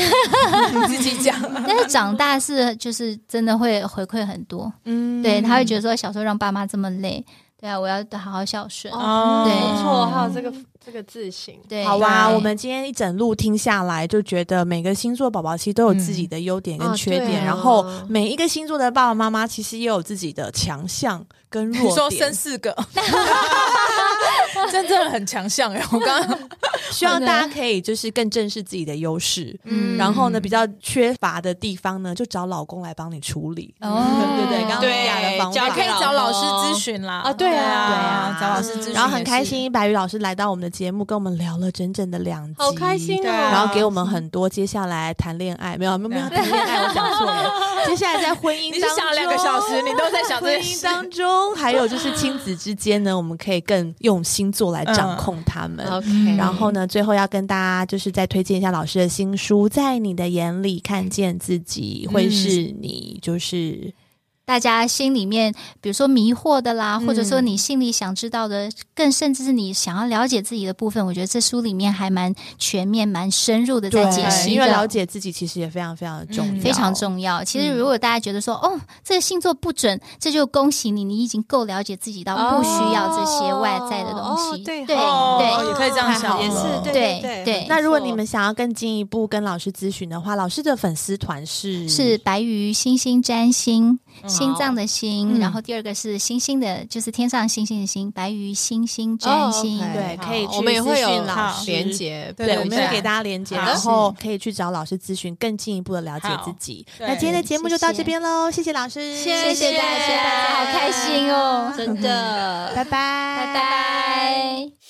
[SPEAKER 4] 你自己讲。
[SPEAKER 3] 但是长大是就是真的会回馈很多，
[SPEAKER 1] 嗯，
[SPEAKER 3] 对他会觉得说小时候让爸妈这么累，对啊，我要好好孝顺。
[SPEAKER 2] 哦，
[SPEAKER 3] 对
[SPEAKER 2] 不错，还有这个这个字形，
[SPEAKER 3] 对，
[SPEAKER 1] 好啊，
[SPEAKER 3] 对
[SPEAKER 1] 我们今天一整路听下来，就觉得每个星座宝宝其实都有自己的优点跟
[SPEAKER 2] 嗯
[SPEAKER 1] 缺
[SPEAKER 2] 哦对
[SPEAKER 1] 点，
[SPEAKER 2] 啊
[SPEAKER 1] 然后每一个星座的爸爸妈妈其实也有自己的强项跟
[SPEAKER 4] 你
[SPEAKER 1] 弱
[SPEAKER 4] 说
[SPEAKER 1] 点
[SPEAKER 4] 生。四个，真的很强项哎！我刚刚
[SPEAKER 1] 希望大家可以就是更正视自己的优势，
[SPEAKER 3] 嗯
[SPEAKER 1] 然后呢，比较缺乏的地方呢，就找老公来帮你处理。
[SPEAKER 3] 哦，
[SPEAKER 1] 对对刚刚
[SPEAKER 2] 对
[SPEAKER 1] 雅的方法
[SPEAKER 2] 交
[SPEAKER 4] 可
[SPEAKER 2] 给
[SPEAKER 4] 以
[SPEAKER 2] 老
[SPEAKER 4] 找老师
[SPEAKER 2] 婆
[SPEAKER 4] 咨询啦。
[SPEAKER 2] 啊对啊
[SPEAKER 4] 对啊，找老师咨询。
[SPEAKER 1] 然后很开，心，白宇老师来到我们的节目，跟我们聊了整整的两集，
[SPEAKER 2] 好开心哦！
[SPEAKER 4] 对
[SPEAKER 1] 然
[SPEAKER 4] 啊
[SPEAKER 1] 后给我们很多接下来谈恋爱没有没有没有谈恋爱，我讲错 了。接下来在婚姻
[SPEAKER 4] 你是
[SPEAKER 1] 当
[SPEAKER 4] 想
[SPEAKER 1] 中，
[SPEAKER 4] 了两个小时，你都在想
[SPEAKER 1] 婚
[SPEAKER 4] 这件
[SPEAKER 1] 姻
[SPEAKER 4] 事。
[SPEAKER 1] 当中，还有就是亲子之间呢，我们可以更用星座来掌控他们。
[SPEAKER 2] OK，
[SPEAKER 1] 然后呢，最后要跟大家就是再推荐一下老师的新嗯书《在你的眼里看见自己》，会是你就是
[SPEAKER 3] 大家心里面，比如说迷惑的啦，或者
[SPEAKER 1] 嗯
[SPEAKER 3] 说你心里想知道的，更甚至是你想要了解自己的部分，我觉得这书里面还蛮全面、蛮深入的在解
[SPEAKER 1] 对
[SPEAKER 3] 析
[SPEAKER 1] 因为了
[SPEAKER 3] 的。
[SPEAKER 1] 解嗯自己其实也非常非常的重要，
[SPEAKER 4] 嗯
[SPEAKER 3] 非常重要。其实，如果大家觉得说，哦，这个星座不准，这就恭喜你，你已经够了解自己到不需要这些外在的东西。
[SPEAKER 2] 哦对
[SPEAKER 3] 对
[SPEAKER 2] 哦
[SPEAKER 4] 哦，
[SPEAKER 3] 对
[SPEAKER 4] 也可以这样
[SPEAKER 3] 太好
[SPEAKER 4] 想，
[SPEAKER 3] 了
[SPEAKER 2] 也是对
[SPEAKER 3] 对
[SPEAKER 2] 对哦
[SPEAKER 3] 对
[SPEAKER 1] 那如果你们想要更进一步跟老师咨询的话，老师的粉丝团是
[SPEAKER 3] 是白鱼星星占星，心脏的
[SPEAKER 1] 嗯嗯
[SPEAKER 3] 心，然后第二个是星星的，就是天上星星的星，白鱼星星占星。
[SPEAKER 2] 哦，OK
[SPEAKER 1] 对
[SPEAKER 2] 好
[SPEAKER 1] 可以去
[SPEAKER 2] 我们也会
[SPEAKER 1] 私
[SPEAKER 2] 有
[SPEAKER 1] 讯老师
[SPEAKER 2] 连接，
[SPEAKER 1] 对，
[SPEAKER 4] 对
[SPEAKER 1] 我们
[SPEAKER 4] 对
[SPEAKER 1] 会给大家连接，
[SPEAKER 4] 好
[SPEAKER 1] 然后可以去找老师咨询，更进一步的了解自己。
[SPEAKER 4] 好对
[SPEAKER 1] 那今天的节目就到
[SPEAKER 3] 谢谢
[SPEAKER 1] 这边喽，谢谢老师，
[SPEAKER 3] 谢谢大家，好开心哦，
[SPEAKER 2] 真的。
[SPEAKER 1] 拜拜，拜
[SPEAKER 3] 拜拜。